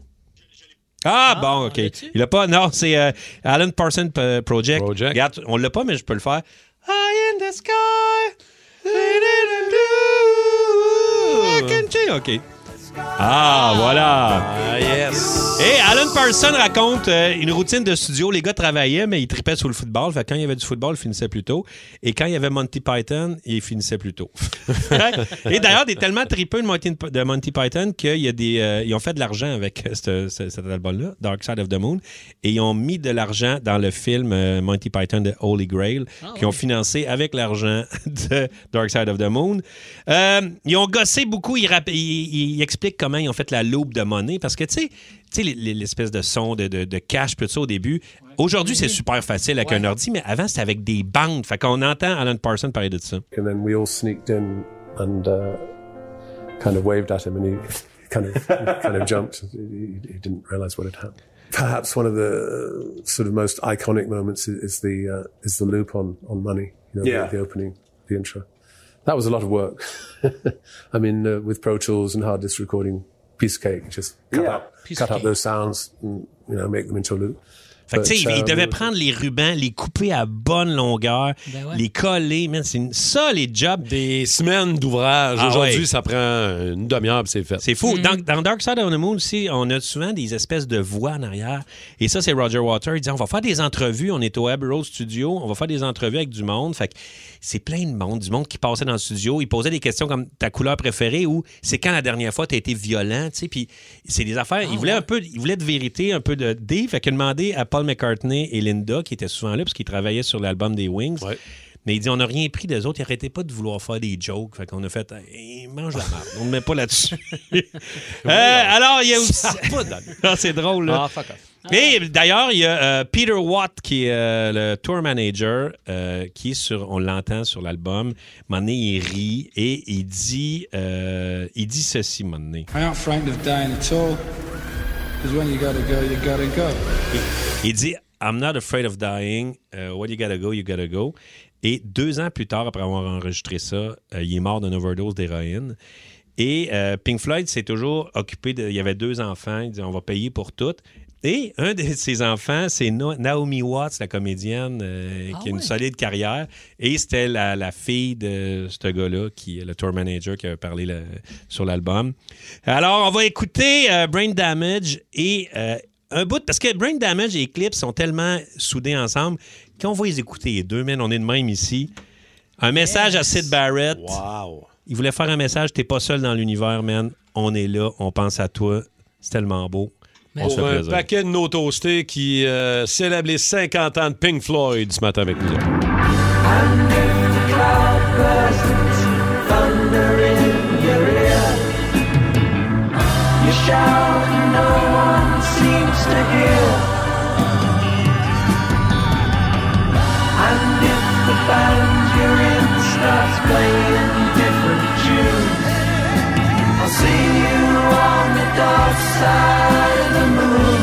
E: Ah, bon, OK. Il l'a pas. Non, c'est euh, Alan Parsons P- Project. Regarde, on l'a pas, mais je peux le faire. High in the sky, I can see. OK. Ah, voilà.
C: yes.
E: Et Alan Parson raconte euh, une routine de studio. Les gars travaillaient, mais ils tripaient sur le football. Fait que quand il y avait du football, ils finissaient plus tôt. Et quand il y avait Monty Python, ils finissaient plus tôt. Et d'ailleurs, des tellement tripeux de Monty, de Monty Python qu'ils y a des, euh, ils ont fait de l'argent avec euh, ce- ce- cet album-là, Dark Side of the Moon, et ils ont mis de l'argent dans le film euh, Monty Python de Holy Grail,
K: Ah,
E: qui ont
K: ouais.
E: financé avec l'argent de Dark Side of the Moon. Euh, ils ont gossé beaucoup. Ils, rap- ils- ils- ils expliquent comment ils ont fait la loupe de monnaie. Parce que, tu sais, tu sais, les- les- l'espèce de son de, de, de cash, tout ça au début. Aujourd'hui, c'est super facile avec un ordi, mais avant, c'était avec des bandes. Fait qu'on entend Alan Parsons parler de ça.
L: And then we all sneaked in and uh, kind of waved at him, and he kind of kind of jumped. He, he didn't realise what had happened. Perhaps one of the uh, sort of most iconic moments is, is the uh, is the loop on on money. You know,
M: Yeah.
L: the, the opening, the intro. That was a lot of work. I mean, uh, with Pro Tools and hard disk recording, piece of cake. Just cut
E: Yeah.
L: up,
E: Piece of
L: cut up
E: cake.
L: those sounds, and, you know, make them into a loop.
E: Fait que,
L: But,
E: tu sais, il- il
L: um,
E: devait prendre les rubans, les couper à bonne longueur,
L: Ben ouais.
E: les coller. Man, c'est une- ça, les jobs.
C: Des semaines d'ouvrage. Aujourd'hui, ça prend une demi-heure puis Ah, c'est fait.
E: C'est fou. Dans, dans Dark Side of the Moon aussi, on a souvent des espèces de voix en arrière. Et ça, c'est Roger Water. Il dit on va faire des entrevues. On est au Abbey Road Studio. On va faire des entrevues avec du monde. Fait que c'est plein de monde. Du monde qui passait dans le studio. Ils posaient des questions comme ta couleur préférée ou c'est quand la dernière fois tu as été violent. Tu sais, puis c'est des affaires. Ils voulaient un peu, ils voulaient de vérité, un peu de D. Fait qu'il a demandé à Paul McCartney et Linda, qui étaient souvent là parce qu'ils travaillaient sur l'album des Wings. Mais il dit, on n'a rien pris des autres. Ils n'arrêtaient pas de vouloir faire des jokes. Fait qu'on a fait, Hey, mange la merde. On ne met pas là-dessus. Euh, alors, il y a aussi. Ah, c'est drôle, là.
C: Ah, fuck off.
E: Et d'ailleurs, il y a euh, Peter Watt, qui est euh, le tour manager, euh, qui est sur, on l'entend sur l'album. À un moment donné, il rit et il dit, euh, il dit ceci, à un moment donné.
N: I aren't frightened of dying at all. Because when you gotta go, you gotta go.
E: Il dit I'm not afraid of dying. Uh, what you gotta go, you gotta go. Et deux ans plus tard, après avoir enregistré ça, euh, il est mort d'une overdose d'héroïne. Et euh, Pink Floyd s'est toujours occupé de. Il y avait deux enfants. Il dit on va payer pour tout. Et un de ses enfants, c'est No- Naomi Watts, la comédienne, euh, qui a une solide carrière. Et c'était la, la fille de ce gars-là, qui est le tour manager qui a parlé le- sur l'album. Alors, on va écouter euh, Brain Damage et euh, un bout, parce que Brain Damage et Eclipse sont tellement soudés ensemble qu'on va les écouter les deux, man. On est de même ici. Un message à Sid Barrett.
C: Wow.
E: Il voulait faire un message t'es pas seul dans l'univers, man. On est là, on pense à toi. C'est tellement beau. on se fait
C: Pour un
E: plaisir.
C: paquet de nos toastés qui euh, célèbre les 50 ans de Pink Floyd ce matin avec nous. autres.
K: Thunder in your ear. You shout, no one seems to hear. And if the band you're in starts playing different tunes, I'll see you on the dark side of the moon.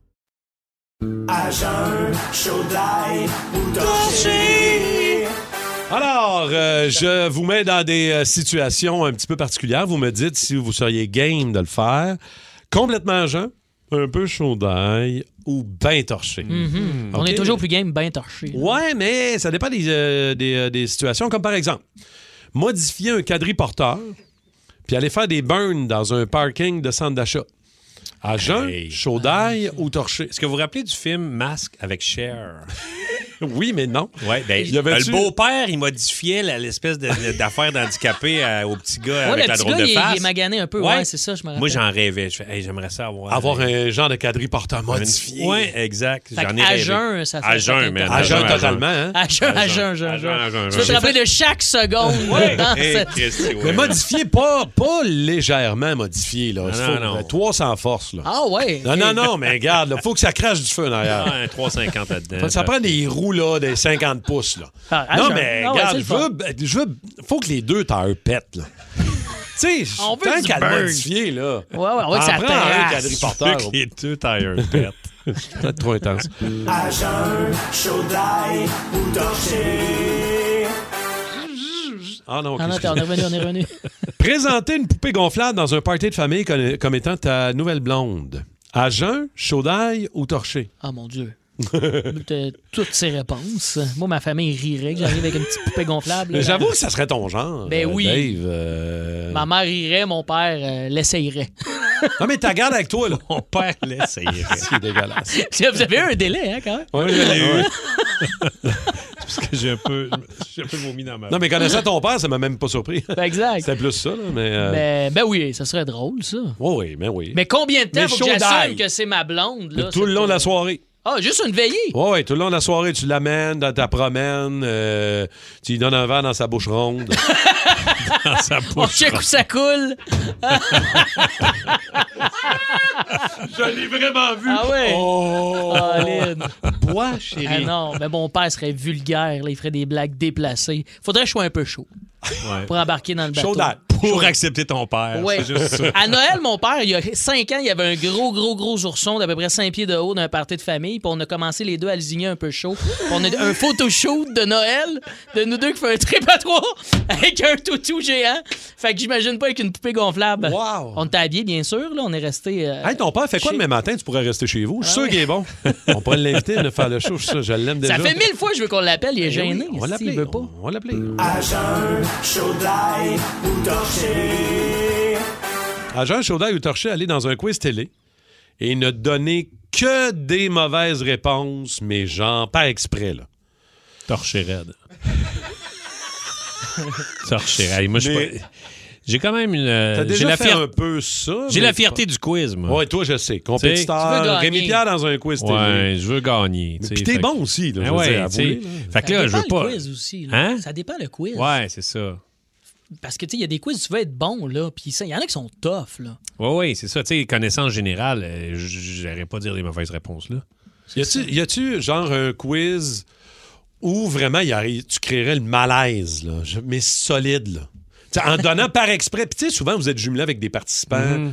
K: À jeun, chaud d'ail ou torché.
C: Alors, euh, je vous mets dans des euh, situations un petit peu particulières. Vous me dites si vous seriez game de le faire. Complètement jeun, un peu chaud d'ail ou bien torché.
E: Hmm.
D: Mhm. On
C: OK?
D: est toujours plus game, bien torché.
C: Ouais, mais ça dépend des, euh, des, euh, des situations. Comme par exemple, modifier un quadriporteur puis aller faire des burns dans un parking de centre d'achat. À jeun, chaud d'ail
E: Ah.
C: ou torché. Est-ce que vous vous rappelez du film Masque avec Cher? oui, mais non.
E: Ouais, ben,
C: Il y avait-tu-
E: le beau-père, il modifiait la- l'espèce de- d'affaire d'handicapé à- au petit gars
D: Ouais,
E: avec
D: le
E: la
D: petit
E: drôle
D: gars,
E: de
D: il est-
E: face.
D: il est magané un peu, ouais, c'est ça, je me
E: Moi,
D: rappelle.
E: j'en rêvais. Je fais, Hey, j'aimerais ça avoir.
C: Avoir un genre de quadriporteur modifié.
E: Oui, exact.
D: Fait
E: J'en ai
D: qu'à
E: rêvé.
D: jeun, ça fait
E: À jeun,
D: peut-être
E: man.
C: À jeun, totalement, hein?
D: À jeun,
E: Ah,
D: à jeun, à jeun, à jeun. Tu peux te rappeler de chaque seconde.
C: Ouais.
D: dans
C: Hey,
D: cette-
E: Christy, ouais.
C: Mais modifié, pas, pas légèrement modifié. Là. Il
E: Ben, Non,
C: faut,
E: non, non.
C: 300 force. Là.
D: Ah ouais.
C: Non, non, non, mais regarde, il faut que ça crache du feu en arrière.
E: Ouais, Ah, ben, un 3,50 là-dedans. Euh,
C: Ça prend des roues là, des 50 pouces. Là.
E: Ah,
C: non,
E: je-
C: mais
E: ah ouais,
C: regarde,
E: c'est le
C: je veux- je veux. faut que les deux tailleurs pètent. Là. tu sais,
D: On veut
C: tant
D: du
C: qu'à le
D: burn.
C: modifier, là.
D: Ouais, ouais, on veut que
C: en
D: ça
C: prends un
D: terrasse.
C: quadriporteur.
E: Tu veux que
C: les deux tailleurs pètent.
E: Ah,
C: C'est peut-être trop intense.
K: À jeun, chaud d'ail ou torché.
C: Ah non, ok,
D: Ah non,
C: excuse-moi.
D: on est revenu, on est revenu.
C: Présenter une poupée gonflable dans un party de famille comme, comme étant ta nouvelle blonde. À jeun, chaud d'ail ou torché?
D: Ah mon Dieu. T'as Toutes ces réponses. Moi, ma famille rirait que j'arrive avec une petite poupée gonflable. là.
C: Euh, J'avoue que ça serait ton genre.
D: Ben
C: euh,
D: oui.
C: Dave, euh.
D: Ma mère rirait, mon père euh, l'essayerait.
C: Non, mais t'as garde avec toi, là.
E: Mon père l'essayerait.
C: C'est dégueulasse.
D: Vous avez eu un délai, hein, quand même?
C: Ouais, je l'ai eu.
E: Parce que j'ai un peu, j'ai un peu vomi dans ma.
C: Non, mais connaissant ton père, ça m'a même pas surpris.
D: Ben, exact.
C: C'était plus ça, là, mais. euh,
D: Ben, ben oui, ça serait drôle, ça.
C: Oui, oui, mais ben oui.
D: Mais combien de temps
C: Mais
D: faut
C: chaud
D: que j'assume
C: d'ail.
D: que c'est ma blonde? Là,
C: tout le
D: cette-
C: long de la soirée. Oh,
D: Ah, juste une veillée!
C: Oui, ouais, tout le long de la soirée, tu l'amènes dans ta promène, euh, tu lui donnes un verre dans sa bouche ronde. dans sa
D: On Oh, check où ça coule!
C: Je l'ai vraiment vu!
D: Ah ouais!
C: Oh!
D: Colin.
C: Bois, chérie.
D: Ah non, mais mon père serait vulgaire, là, il ferait des blagues déplacées. Faudrait que je sois un peu chaud pour embarquer dans le bateau.
E: Chaud d'ail. Pour accepter ton père.
D: Ouais.
E: C'est juste ça.
D: À Noël, mon père, il y a 5 ans, il y avait un gros, gros, gros ourson d'à peu près 5 pieds de haut d'un party de famille. Puis on a commencé les deux à le zigner un peu chaud. Puis on a un photoshoot de Noël de nous deux qui fait un trip à trois avec un toutou géant. Fait que j'imagine pas avec une poupée gonflable.
C: Wow.
D: On t'a habillé, bien sûr. Là, on est resté. euh,
C: Hey, ton père fait quoi
D: chez-
C: demain matin? Tu pourrais rester chez vous. Je suis sûr
D: Ah ouais.
C: qu'il est bon. On pourrait l'inviter à venir faire le show. Je suis sûr, je l'aime déjà.
D: Ça fait mille fois que je veux qu'on l'appelle. Il est
C: Eh
E: Ben
C: oui,
D: gêné.
C: on va
D: si,
C: l'appeler,
D: il veut pas.
C: On va l'appeler.
K: À jeun, chaud d'ail ou torché.
C: Agent Chaudin ou Torché aller dans un quiz télé et ne donner que des mauvaises réponses, mais genre pas exprès, là.
E: Torché raide. Torché raide. Moi, je suis
C: Mais-
E: pas- J'ai quand même une. euh,
C: T'as
E: j'ai
C: déjà
E: la
C: fait
E: fier-
C: un peu ça.
E: J'ai
C: mais
E: la
C: c'est
E: fierté
C: pas-
E: du quiz, moi.
C: Ouais, toi, je sais.
E: Tu veux
C: Compétiteur.
E: gagner.
C: Rémi Pierre dans un quiz télé.
E: Ouais, je veux gagner. tu sais,
C: Puis t'es
E: fait-
C: bon aussi, là,
E: Ah
C: je veux
E: ouais,
C: dire,
E: tu sais.
C: avouez, là.
E: Fait que là,
D: ça
E: je veux
D: dépend
E: pas.
D: le quiz aussi. là.
E: Hein?
D: Ça dépend le quiz.
E: Ouais, c'est ça.
D: Parce que, tu sais, il y a des quiz, tu veux être bon, là. Puis ça, il y en a qui sont tough, là.
E: Oui, oui, c'est ça. Tu sais, connaissance générale, euh, j- j'aurais pas dire les mauvaises réponses, là.
C: Y a-tu- Y a-tu genre un quiz où vraiment il y aurait- tu créerais le malaise, là, je- mais solide, là? T'sais, en donnant par exprès. Puis tu sais, souvent, vous êtes jumelé avec des participants.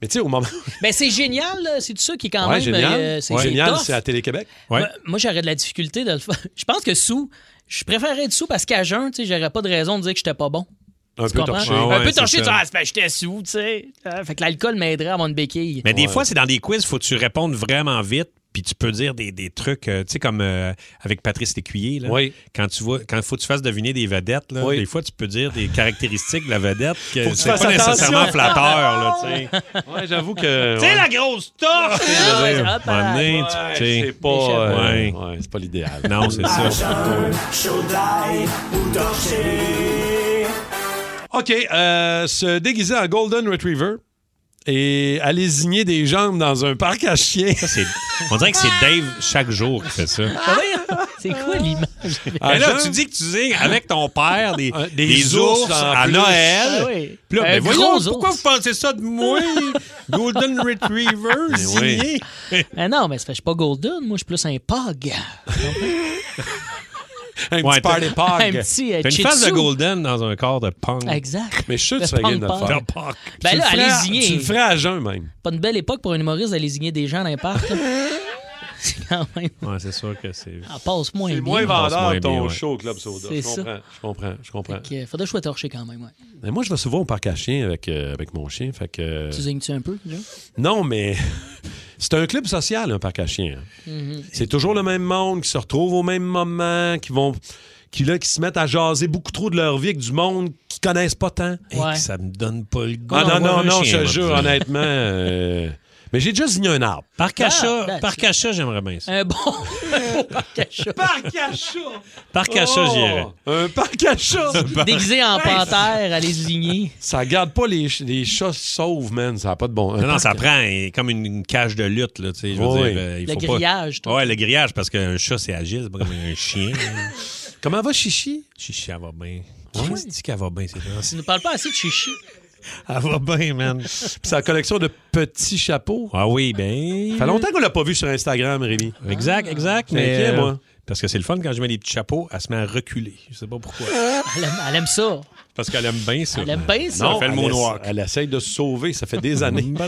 C: Mais tu sais, au moment.
D: Ben, c'est génial, là. c'est tout ça qui est quand
C: Ouais,
D: même.
C: génial.
D: euh, c'est
C: Ouais.
D: c'est
C: Génial,
D: tough.
C: c'est à Télé-Québec.
D: Moi- Moi, j'aurais de la difficulté de le faire. Je pense que sous, je préférerais être sous parce qu'à jeun, tu sais, j'aurais pas de raison de dire que j'étais pas bon.
C: Un
D: Tu
C: peu
D: comprends?
C: torché.
D: un peu torché, tu dis, ah, c'est parce que j'étais sous, tu sais. Ah, Fait que l'alcool m'aiderait à avoir une béquille.
E: Mais des fois, c'est dans des quiz, faut que tu répondes vraiment vite. Puis tu peux dire des, des trucs, euh, tu sais, comme euh, avec Patrice Lécuyer, là.
C: Oui.
E: Quand tu vois, quand faut que tu fasses deviner des vedettes, là,
C: Oui.
E: des fois, tu peux dire des caractéristiques de la vedette
C: Faut
E: que
C: que tu
E: c'est pas
C: fasses attention.
E: nécessairement flatteur, là, tu sais.
C: Ouais, j'avoue que.
E: Tu sais,
C: ouais.
E: la grosse torche!
C: Ouais,
E: là,
C: hop,
E: à un moment donné,
C: Ah, ben, ouais,
E: tu- tu sais.
C: c'est pas. euh,
E: Ouais.
C: ouais, Ah, c'est pas l'idéal.
E: Non, c'est
K: À
E: ça.
K: jeun, chaud d'ail ou torché.
C: OK, euh, se déguiser en Golden Retriever et aller zigner des jambes dans un parc à chiens.
E: On dirait que c'est Dave chaque jour qui fait ça.
D: Ah ouais? C'est quoi l'image?
E: Mais là, tu dis que tu signes avec ton père Ah, des,
C: des
E: des
C: ours
E: ours,
C: en
E: à
C: plus.
E: Noël.
D: Ah oui.
E: Puis là,
D: Un
E: ben
D: gros
E: voyons,
D: ours.
E: pourquoi vous pensez ça de moi, Golden Retriever,
C: oui.
E: signé?
D: Ah non, mais c'est parce que je suis pas golden, moi, je suis plus un pug.
C: Un
E: Ouais,
C: petit
E: t'as-
C: party park.
D: Un petit, euh,
E: T'as une
D: chitsu.
E: face de Golden dans un corps de punk.
D: Exact.
C: Mais je suis sûr que
D: Le
C: tu serais game de
D: punk
C: le faire.
D: punk. Ben
C: Tu
D: là,
C: le ferais-
D: allez zigner.
C: Tu le ferais à jeun, même.
D: Pas une belle époque pour un humoriste d'aller zigner des gens dans les parcs. là. c'est quand même. Ah,
E: Ouais, c'est sûr que c'est.
D: Ça passe moins
C: C'est
D: bien.
C: moins
E: vendeur,
C: vendeur ton
E: ouais.
C: show Club Soda.
D: C'est
C: Je
D: ça.
C: comprends, je comprends, je comprends.
D: Fait que, euh, faudrait que je sois torché quand même, ouais.
C: Mais moi, je vais souvent au parc à chiens avec, euh, avec mon chien. Fait que, euh,
D: Tu zignes-tu un peu, déjà?
C: non, mais c'est un club social, un parc à chiens.
D: Mhm.
C: C'est toujours le même monde qui se retrouve au même moment, qui vont. Qui, là, qui se mettent à jaser beaucoup trop de leur vie avec du monde qui connaissent pas tant.
E: Ouais. Ça me donne pas le goût.
C: Ah non, non,
E: d'avoir un
C: non,
E: chien,
C: je te
E: moi,
C: jure,
E: tu sais.
C: honnêtement. euh, Mais j'ai déjà signé un arbre.
E: Par
D: Ah,
E: cachat,
D: ben,
E: par
D: tu-
E: cachat, j'aimerais bien ça.
D: Un bon, un bon parc à chat.
C: Parc à chat!
E: Par cachat, j'irais.
C: Oh! Un parc à chat!
D: Déguisé en panthère, allez zigner.
C: Ça garde pas les, ch- les chats sauves, man. Ça n'a pas de bon. un
E: Non, non,
C: parc
E: ça
C: à-
E: prend euh, comme une, une cage de lutte, là, tu sais. je veux
C: Oui.
E: dire, euh, il
D: Le
E: faut pas-
D: grillage, toi.
E: Ouais, le grillage, parce qu'un chat, c'est agile, c'est pas comme un chien. là.
C: Comment va Chichi?
E: Chichi, elle va bien. Ouais. dit qu'elle va bien, c'est vrai.
D: Tu ne parles pas assez de chichi.
E: Elle va bien, man.
C: Sa collection de petits chapeaux.
E: Ah oui, ben.
C: Ça fait longtemps qu'on l'a pas vu sur Instagram, Rémi.
E: Exact, exact.
C: Je suis
E: Mais
C: inquiet, moi.
E: euh, Parce que c'est le fun quand je mets des petits chapeaux, elle se met à reculer. Je sais pas pourquoi.
D: Elle aime, elle aime ça.
E: Parce qu'elle aime bien ça.
D: Elle aime bien ça.
E: Non, elle fait le
C: elle
E: mot
C: essa-
E: noir.
C: Elle essaye de se sauver, ça fait des années.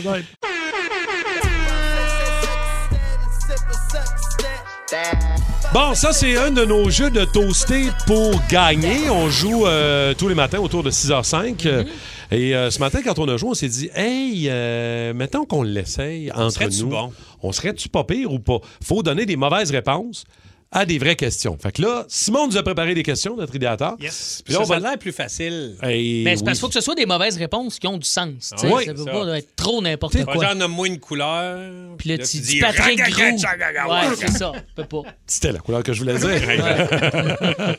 C: Bon, ça, c'est un de nos jeux de toasté pour gagner. On joue euh, tous les matins autour de 6h05.
E: Mm-hmm.
C: euh, Et euh, ce matin, quand on a joué, on s'est dit Hey, euh, mettons qu'on l'essaye entre
E: serait-tu
C: nous.
E: bon?
C: On serait-tu pas pire ou pas Faut donner des mauvaises réponses à des vraies questions. Fait que là, Simon nous a préparé des questions, notre idéateur.
E: Yes.
C: Puis
E: ça,
C: on
E: ça
C: va-
E: a l'air plus facile.
C: Hey,
D: Mais c'est parce
C: oui.
D: qu'il faut que ce soit des mauvaises réponses qui ont du sens. tu sais.
C: Oui,
D: ça peut
E: ça.
D: pas être trop n'importe
E: T'sais,
D: quoi.
E: Genre, nomme-moi une couleur.
D: Puis là, tu dis
E: raga,
D: Patrick
E: gaga,
D: Gros.
E: gaga, gaga,
D: Ouais,
E: gaga.
D: c'est ça. Peut pas.
C: C'était la couleur que je voulais dire.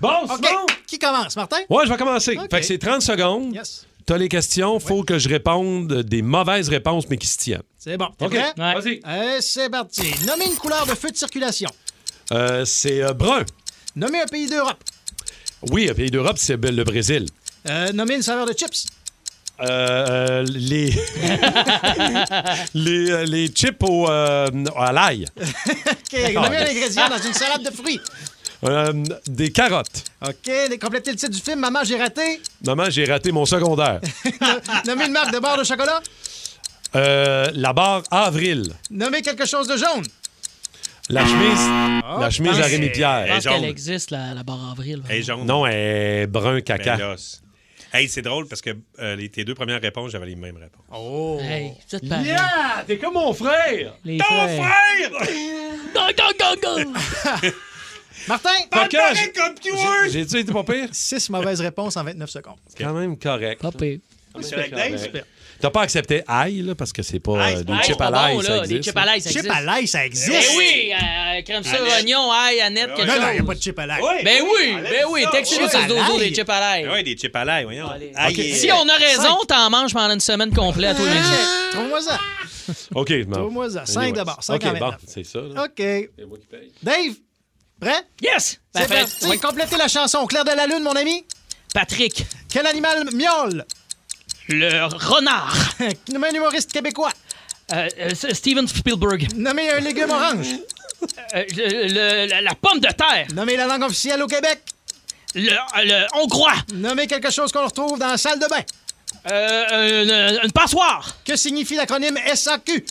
C: bon,
M: OK.
C: Simon!
M: Qui commence, Martin?
C: Ouais, je vais commencer.
M: OK.
C: Fait que c'est 30 secondes.
M: Yes.
C: T'as les questions, faut que je réponde des mauvaises réponses, mais qui se tiennent.
M: C'est bon.
C: OK.
M: Vas-y. Euh, c'est parti. Nommez une couleur de feu de circulation.
C: Euh, c'est euh, brun.
M: Nommez un pays d'Europe.
C: Oui, un pays d'Europe, c'est ben, le Brésil.
M: Euh, nommez une saveur de chips.
C: Euh, euh, les... les, euh, les chips au, euh, à l'ail.
M: OK. Nommez un ingrédient dans une salade de fruits.
C: Euh, des carottes.
M: OK. de- Complétez le titre du film Maman, j'ai raté.
C: Maman, j'ai raté mon secondaire.
M: Nommez une marque de barre de chocolat.
C: Euh, la barre avril.
M: Nommez quelque chose de jaune.
C: La chemise,
M: Oh,
C: la chemise à
M: pense-
C: Rémi
D: Je
C: Pierre.
D: pense qu'elle existe, la, la barre avril.
E: Hey, jaune.
C: Non, elle est brun caca.
E: Ben là, c'est- Hey, c'est drôle parce que euh, les- tes deux premières réponses, j'avais les mêmes réponses.
M: Oh.
D: Hey, vous êtes pareils.
M: Ah,
C: t'es comme mon frère.
D: Les
E: Ton
D: frères.
E: frère!
D: Gang, gang, gang, gang.
M: Martin,
C: Fait que
E: pareil
C: j'ai-
E: comme tu
C: j'ai- J'ai-tu été pas pire?
M: 6 mauvaises réponses en 29 secondes.
C: Quand même correct.
D: Pas pire.
E: Monsieur Lagdais,
M: Super.
C: T'as pas accepté ail, là, parce que c'est pas
M: Ail,
C: euh,
M: c'est
C: des
D: Hey, c'est
C: chips à
D: pas
C: l'ail,
D: bon,
C: ça
D: là. Des
C: existe.
D: chips à l'ail, ça
M: Chip
D: existe.
M: à Ah, l'ail, ça
D: Ben
M: existe.
D: oui, euh, crème ça,
E: Annette.
D: oignon, ail, Annette,
M: Non,
D: quelque
M: non, il n'y a
D: chose.
M: pas de chip à l'ail.
D: Ben oui,
E: Enlève
D: ben oui,
E: ça,
D: textez-nous
M: ouais.
D: sur ce dozo des
M: Ail.
D: chips à l'ail.
E: Ben ouais, des chips à l'ail, voyons.
C: Ok.
E: Aïe,
D: Si
E: euh,
D: on a raison, t'en manges pendant une semaine complète, toi, Benji.
M: Hein? Trouve-moi ça.
C: OK, je m'en-
M: Trouve-moi ça. Cinq
C: Anyway.
M: d'abord, cinq en
C: OK, bon,
M: maintenant.
C: c'est ça. là.
M: OK. Dave, prêt?
D: Yes!
M: C'est
D: Parfait.
M: parti.
D: Ben, Oui.
M: Complétez la chanson. Claire de la Lune, mon ami.
D: Patrick,
M: Quel animal miaule?
D: le renard.
M: Nommez un humoriste québécois.
D: Euh, euh, Steven Spielberg.
M: Nommez un légume orange.
D: Euh, le- le- la, la pomme de terre.
M: Nommez la langue officielle au Québec.
D: Le, euh, le hongrois.
M: Nommez quelque chose qu'on retrouve dans la salle de bain.
D: Euh, euh, une, une passoire.
M: Que signifie l'acronyme SAQ?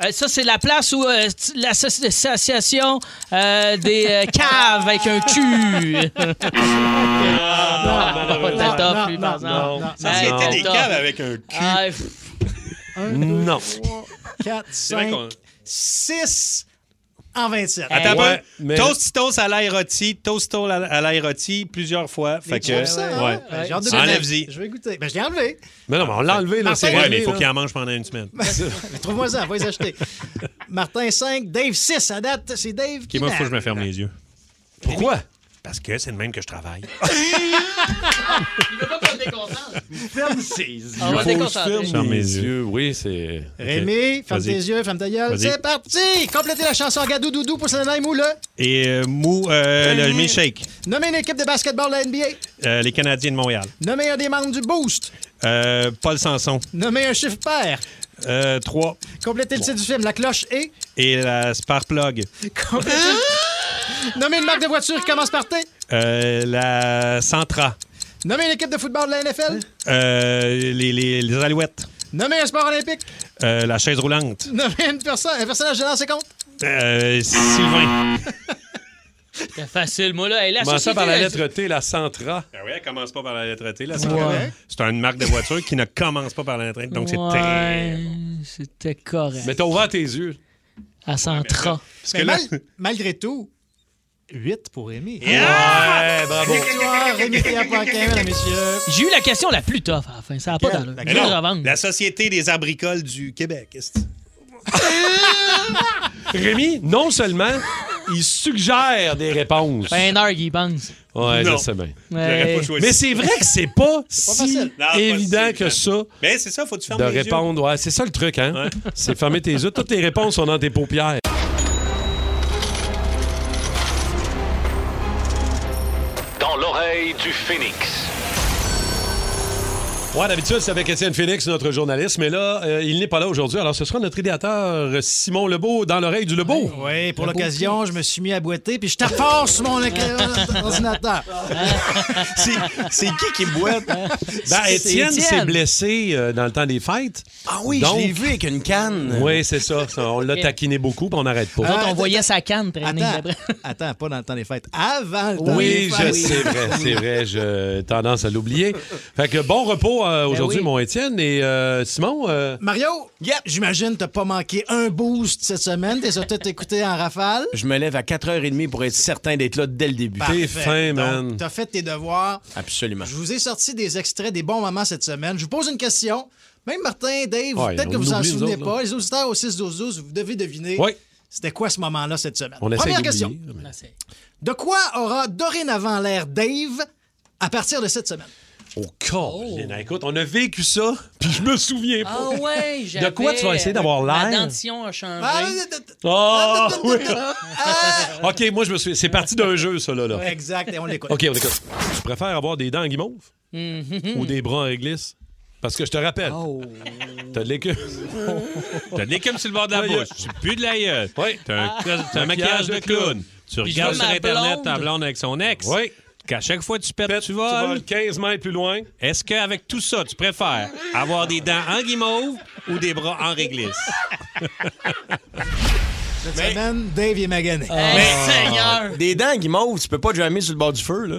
D: Euh, ça, c'est la place où euh, t- l'association euh, des euh, caves avec un Ah, cul.
M: non, non,
D: Non,
M: non, non, non.
E: Ça, c'était des caves avec un cul.
D: Ah,
C: Non.
M: 4,
E: C'est vrai
M: 5,
E: qu'on-
M: 6 en 27.
E: Attends,
C: Ouais,
E: ben,
C: mais-
E: Tostitos à l'ail rôti, Tostitos à- à l'ail rôti plusieurs fois. Fait
M: Tu trouves
E: que,
M: ça, hein? Ben, j'ai hâte de goûter.
E: Enlève-y.
M: Je vais goûter. Ben, je l'ai enlevé.
C: Mais non, mais on l'a enlevé, là,
M: Martin,
C: c'est
E: Ouais,
C: réglé,
E: mais il faut
C: là.
E: qu'il en mange pendant une semaine.
M: Mais Trouve-moi ça, va les acheter. Martin 5, Dave 6. À date, c'est Dave qui.
E: Ok, moi,
M: n'a-
E: faut que je me ferme les yeux.
C: Pourquoi?
E: Parce que c'est le même que je travaille.
C: Ferme ses yeux.
D: On va déconcentrer.
E: Ferme mes yeux.
C: Oui, c'est...
M: Rémi, ferme
E: Vas-y.
M: tes yeux, ferme ta gueule.
E: Vas-y.
M: C'est parti! Complétez la chanson Gadou Doudou pour Sanana ou le.
E: Et euh, mou, euh, le milkshake.
M: Nommez une équipe de basketball de la NBA.
E: Euh, les Canadiens de Montréal.
M: Nommez un des membres du Boost.
E: Euh, Paul Sanson.
M: Nommez un chiffre pair.
E: Euh, 3.
M: Complétez le titre du film La cloche et.
E: Et la Sparplug.
M: Complétez. Nommez une marque de voiture qui commence par T.
E: Euh, la Centra.
M: Nommez une équipe de football de la NFL.
E: Euh, les, les, les Alouettes.
M: Nommez un sport olympique.
E: Euh, la chaise roulante.
M: Nommez une personne, un personnage de l'ancien compte.
E: Euh, Sylvain.
D: C'était facile, moi, là. Hey, la
C: Commençons
D: société,
C: par la
D: là,
C: lettre T, la Sentra.
E: Ah oui, elle commence pas par la lettre T. Là,
D: c'est correct.
E: C'est une marque de voiture qui ne commence pas par la lettre T, donc c'est très...
D: Ouais, C'était correct.
C: Mais t'as ouvert tes yeux.
D: À 130.
C: Ben
M: Mais mal- malgré tout, 8 pour Rémi.
D: Yeah! Ouais, bravo.
M: Victoire, Rémi Pierre Paquin, mesdames et messieurs.
D: J'ai eu la question la plus tough à la fin. Ça n'a pas d'allure.
E: Mais
D: Je vais
E: non,
D: le revendre.
E: la Société des abricoles du Québec. est-ce que-
C: Rémi, non seulement il suggère des réponses.
D: Ben, un heure, il pense.
C: Ouais,
E: Non.
C: je sais bien.
D: J'aurais pas
E: choisi.
C: Mais c'est vrai que c'est pas si
E: facile. Non, pas
C: évident que ça
E: Mais Ben, c'est ça, faut que tu fermes
C: de
E: les yeux.
C: répondre. Ouais, c'est ça le truc, hein? C'est fermer tes yeux. Toutes tes réponses sont dans tes paupières.
B: Dans l'oreille du phénix.
C: Ouais, d'habitude, c'est avec Étienne Phoenix, notre journaliste, mais là, euh, il n'est pas là aujourd'hui. Alors, ce sera notre idéateur Simon Lebeau dans l'oreille du Lebeau.
M: Oui, pour l'occasion, je me suis mis à boiter puis je tape fort sur mon écran- ordinateur.
I: C'est c'est qui qui boite?
C: Ben, Étienne s'est blessé euh, dans le temps des fêtes.
I: Ah oui,
C: Donc-
I: je l'ai vu avec une canne.
C: Oui, c'est ça. Ça, On l'a taquiné beaucoup, puis on n'arrête pas.
M: Ah,
D: On voyait sa canne traîner.
M: Attends, attends, pas dans le temps des fêtes. Avant le temps
C: Oui,
M: des
C: je
M: fêtes.
C: c'est vrai, c'est vrai, j'ai tendance à l'oublier. Fait que bon repos euh, aujourd'hui,
M: oui.
C: mon Étienne. Et euh, Simon, euh,
M: Mario, j'imagine t'as pas manqué un boost cette semaine. T'es sur tout écouté en rafale.
I: Je me lève à 4h30 pour être certain d'être là dès le début.
M: Parfait. Donc, T'as fait tes devoirs.
I: Absolument.
M: Je vous ai sorti des extraits des bons moments cette semaine. Je vous pose une question. Même Martin, Dave,
C: Ouais,
M: peut-être
C: on
M: que vous en
C: oublie, nous
M: souvenez
C: autres,
M: pas.
C: là.
M: Les auditeurs au 6-12-12, vous devez deviner.
C: Oui.
M: C'était quoi ce moment-là cette semaine?
C: on essaie
M: Première
C: d'oublier.
M: question. De quoi aura dorénavant l'air Dave à partir de cette semaine?
C: Oh, Colin, écoute, on a vécu ça, puis je me souviens
D: Ah
C: pas.
D: ouais,
C: De quoi tu vas essayer d'avoir
D: La
C: l'air?
D: dentition a changé.
C: Ah, oui. OK, moi, je me souviens. C'est parti d'un jeu, ça, là. là.
M: ah. Exact, et on l'écoute.
C: OK, on écoute. Tu préfères avoir des dents en guimauve
M: Mm-hmm.
C: ou des bras en réglisse? Parce que je te rappelle,
M: Oh.
C: t'as de l'écume.
E: T'as de l'écume sur le bord de la
C: Ouais,
E: bouche, tu pues de la gueule. T'as un,
C: Ah.
E: cos- t'as un maquillage de clown. Tu
C: Puis je
E: regardes
C: vois
E: sur
C: ma
E: Internet
C: blonde.
E: ta blonde avec son ex.
C: Oui.
E: Qu'à chaque fois que tu pètes, tu
C: Tu
E: voles.
C: voles 15 mètres plus loin.
E: Est-ce qu'avec tout ça, tu préfères avoir des dents en guimauve ou des bras en réglisse?
M: Cette semaine, Dave il est magané.
D: Seigneur!
I: Des dents qui m'ouvrent, tu peux pas te jammer sur le bord du feu, là.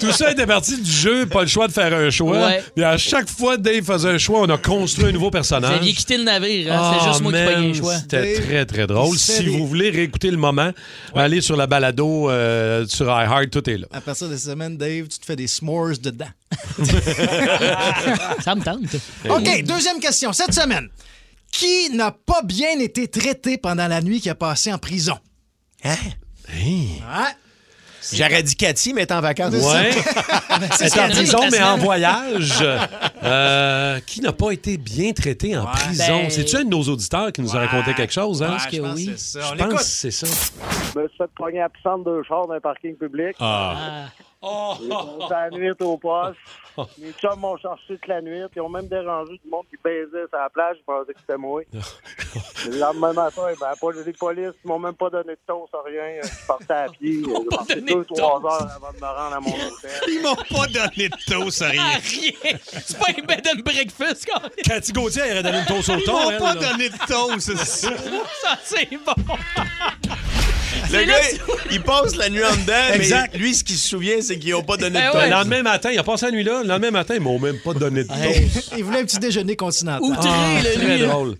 C: Tout ça était parti du jeu, pas le choix de faire un choix.
D: Ouais.
C: Puis à chaque fois que Dave faisait un choix, on a construit un nouveau
D: Vous
C: personnage.
D: aviez quitté le navire, hein? c'est
C: Ah,
D: juste moi qui
C: man,
D: payais le choix.
C: C'était
M: Dave,
C: très, très drôle.
M: il se fait
C: Si
M: des-
C: vous voulez réécouter le moment, allez sur la balado euh, sur iHeart, tout est là.
M: À partir de cette semaine, Dave, tu te fais des s'mores dedans.
D: Ça me tente.
I: Eh
M: OK, deuxième question. Cette semaine, qui n'a pas bien été traité pendant la nuit qu'il a passée en prison?
I: Hein?
M: Ouais.
I: J'aurais dit Cathy, mais t'es en vacances.
C: Ouais.
M: Ah, ben, C'est
C: Elle
M: ce
C: est en
M: qu'elle dit.
C: prison, mais en
D: semaine.
C: voyage. Euh, qui n'a pas été bien traité en prison?
D: Ben-
C: C'est-tu un de nos auditeurs qui nous a raconté quelque chose? Hein?
M: Ouais, je pense que c'est ça. On
C: Je pense que
M: l'écoute.
C: c'est ça.
O: Je me suis fait pogner absente deux chars d'un parking public.
D: Ah.
O: J'ai passé la nuit au poste.
D: Ah.
O: Mes chums m'ont cherché toute la nuit. Ils ont même dérangé du monde qui baisait sur la plage. Ils pensaient que c'était moi.
D: Ah.
O: le lendemain matin, ben, la police, les polices ils m'ont même pas donné de toast, rien. Je partais à pied. J'ai passé
D: donné
O: deux,
D: de
O: trois
D: toast.
O: heures avant de me rendre à mon hôtel.
E: Ils m'ont pas donné de taux, sérieux.
D: Ah, rien! C'est pas un bed and breakfast, quand même.
C: Cathy Gauthier, elle aurait donné une toast au
E: Ils
C: thon.
E: m'ont
C: elle,
E: pas
C: là.
E: donné de taux, c'est ça.
D: Ça, c'est bon!
I: Le
D: C'est
I: gars,
D: là que
I: il- il passe la nuit en dedans,
C: Exact.
I: mais lui, ce qu'il se souvient, c'est qu'ils ont pas donné
D: Eh
I: de
D: ouais.
I: temps.
C: Le lendemain matin, il a passé la nuit là. Le lendemain matin, ils m'ont même pas donné de
M: Ah,
C: toast.
M: Il voulait un petit déjeuner continental.
D: Outré, là, lui.
C: Très drôle.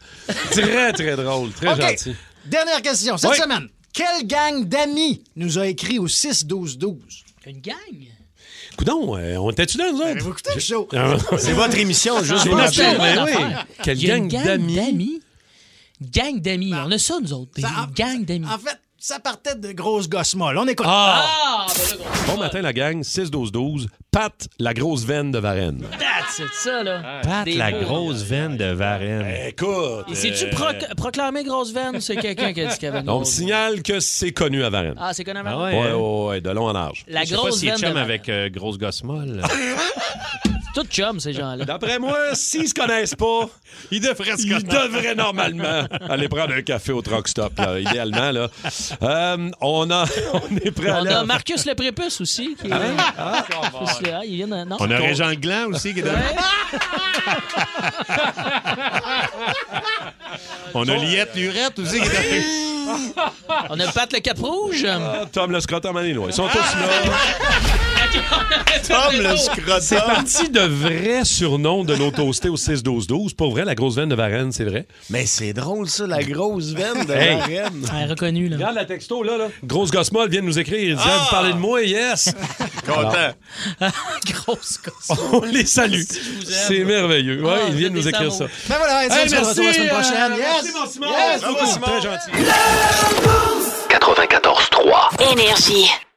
C: Très, très drôle. Très
M: OK.
C: gentil.
M: Dernière question. Cette
C: Oui.
M: semaine, quelle gang d'amis nous a écrit au 6-12-12?
D: Une gang?
C: Coudon, euh, on était-tu là, nous autres?
M: Vous écoutez le show?
C: Ah,
I: C'est votre émission, juste
C: C'est
D: Ah,
I: vous
C: notre
I: rappeler.
C: show, mais oui.
D: affaire.
C: Quelle
D: Il y a une
C: gang d'amis.
D: Gang d'amis.
I: Bah.
D: On a ça, nous autres. Des
M: Ça-
D: gangs d'amis.
M: En fait, ça partait de grosses gosses molles. On écoute.
C: Ah!
D: Ah, ben là,
C: Bon matin, la gang. 6-12-12. Pat, la grosse veine de Varennes.
D: c'est ça, là.
E: Pat,
D: Des
E: la
D: beaux,
E: grosse veine de Varennes.
C: Écoute.
D: Et c'est-tu
E: Euh,
D: proc- proclamé grosse veine ou c'est quelqu'un qui a dit qu'il y avait une
C: On me
D: grosse veine?
C: signale que c'est connu à Varennes.
D: Ah, c'est connu
E: Ah ouais.
C: Ouais, ouais, ouais, de long en large.
D: La
E: Je sais pas
D: grosse
E: s'il
D: veine
E: est
D: de
E: chum
D: Varennes.
E: avec euh, grosse gosse molle.
D: Tout chum, ces gens-là.
C: D'après moi, s'ils se connaissent pas,
E: Il devrait se
C: ils devraient normalement aller prendre un café au truck stop, là, idéalement. Là. Euh, on, a, on est prêt à
D: On
C: aller
D: a
C: en-
D: Marcus le Prépuce aussi.
E: Ah
D: Qui est, Marcus le- ah, il vient de- non.
E: On a Régent Glan aussi qui est dans-
P: On a Liette
D: euh,
P: Lurette aussi qui est
D: On a Pat le Cap Rouge.
E: Ah, Tom le scrotum à Ils sont tous là.
D: Tom le
I: scrotum.
E: C'est parti de vrais surnoms de nos toastés au 6-12-12. Pour vrai, la grosse veine de Varenne, c'est vrai.
I: Mais c'est drôle, ça, la grosse veine de
E: Hey.
I: Varenne.
D: Elle est reconnue, là.
E: Regarde la texto, là. là. Grosse gosse molle vient de nous écrire. Il dit ah, Vous parlez de moi, yes. Alors,
D: Grosse gosse.
E: on les salue. C'est merveilleux. Ouais,
D: Ah,
E: il vient de
D: vous
E: nous
D: êtes des
E: écrire ça.
D: amours.
Q: Ben voilà,
E: Hey,
Q: Étienne, tu vas
E: merci,
Q: retrouver la semaine
E: euh,
Q: prochaine.
E: merci,
Q: Yes!
E: mon Simon. Ah,
Q: Yes,
E: Bravo,
Q: beaucoup.
E: Simon. Très gentil.
R: 94-3.
A: Énergie.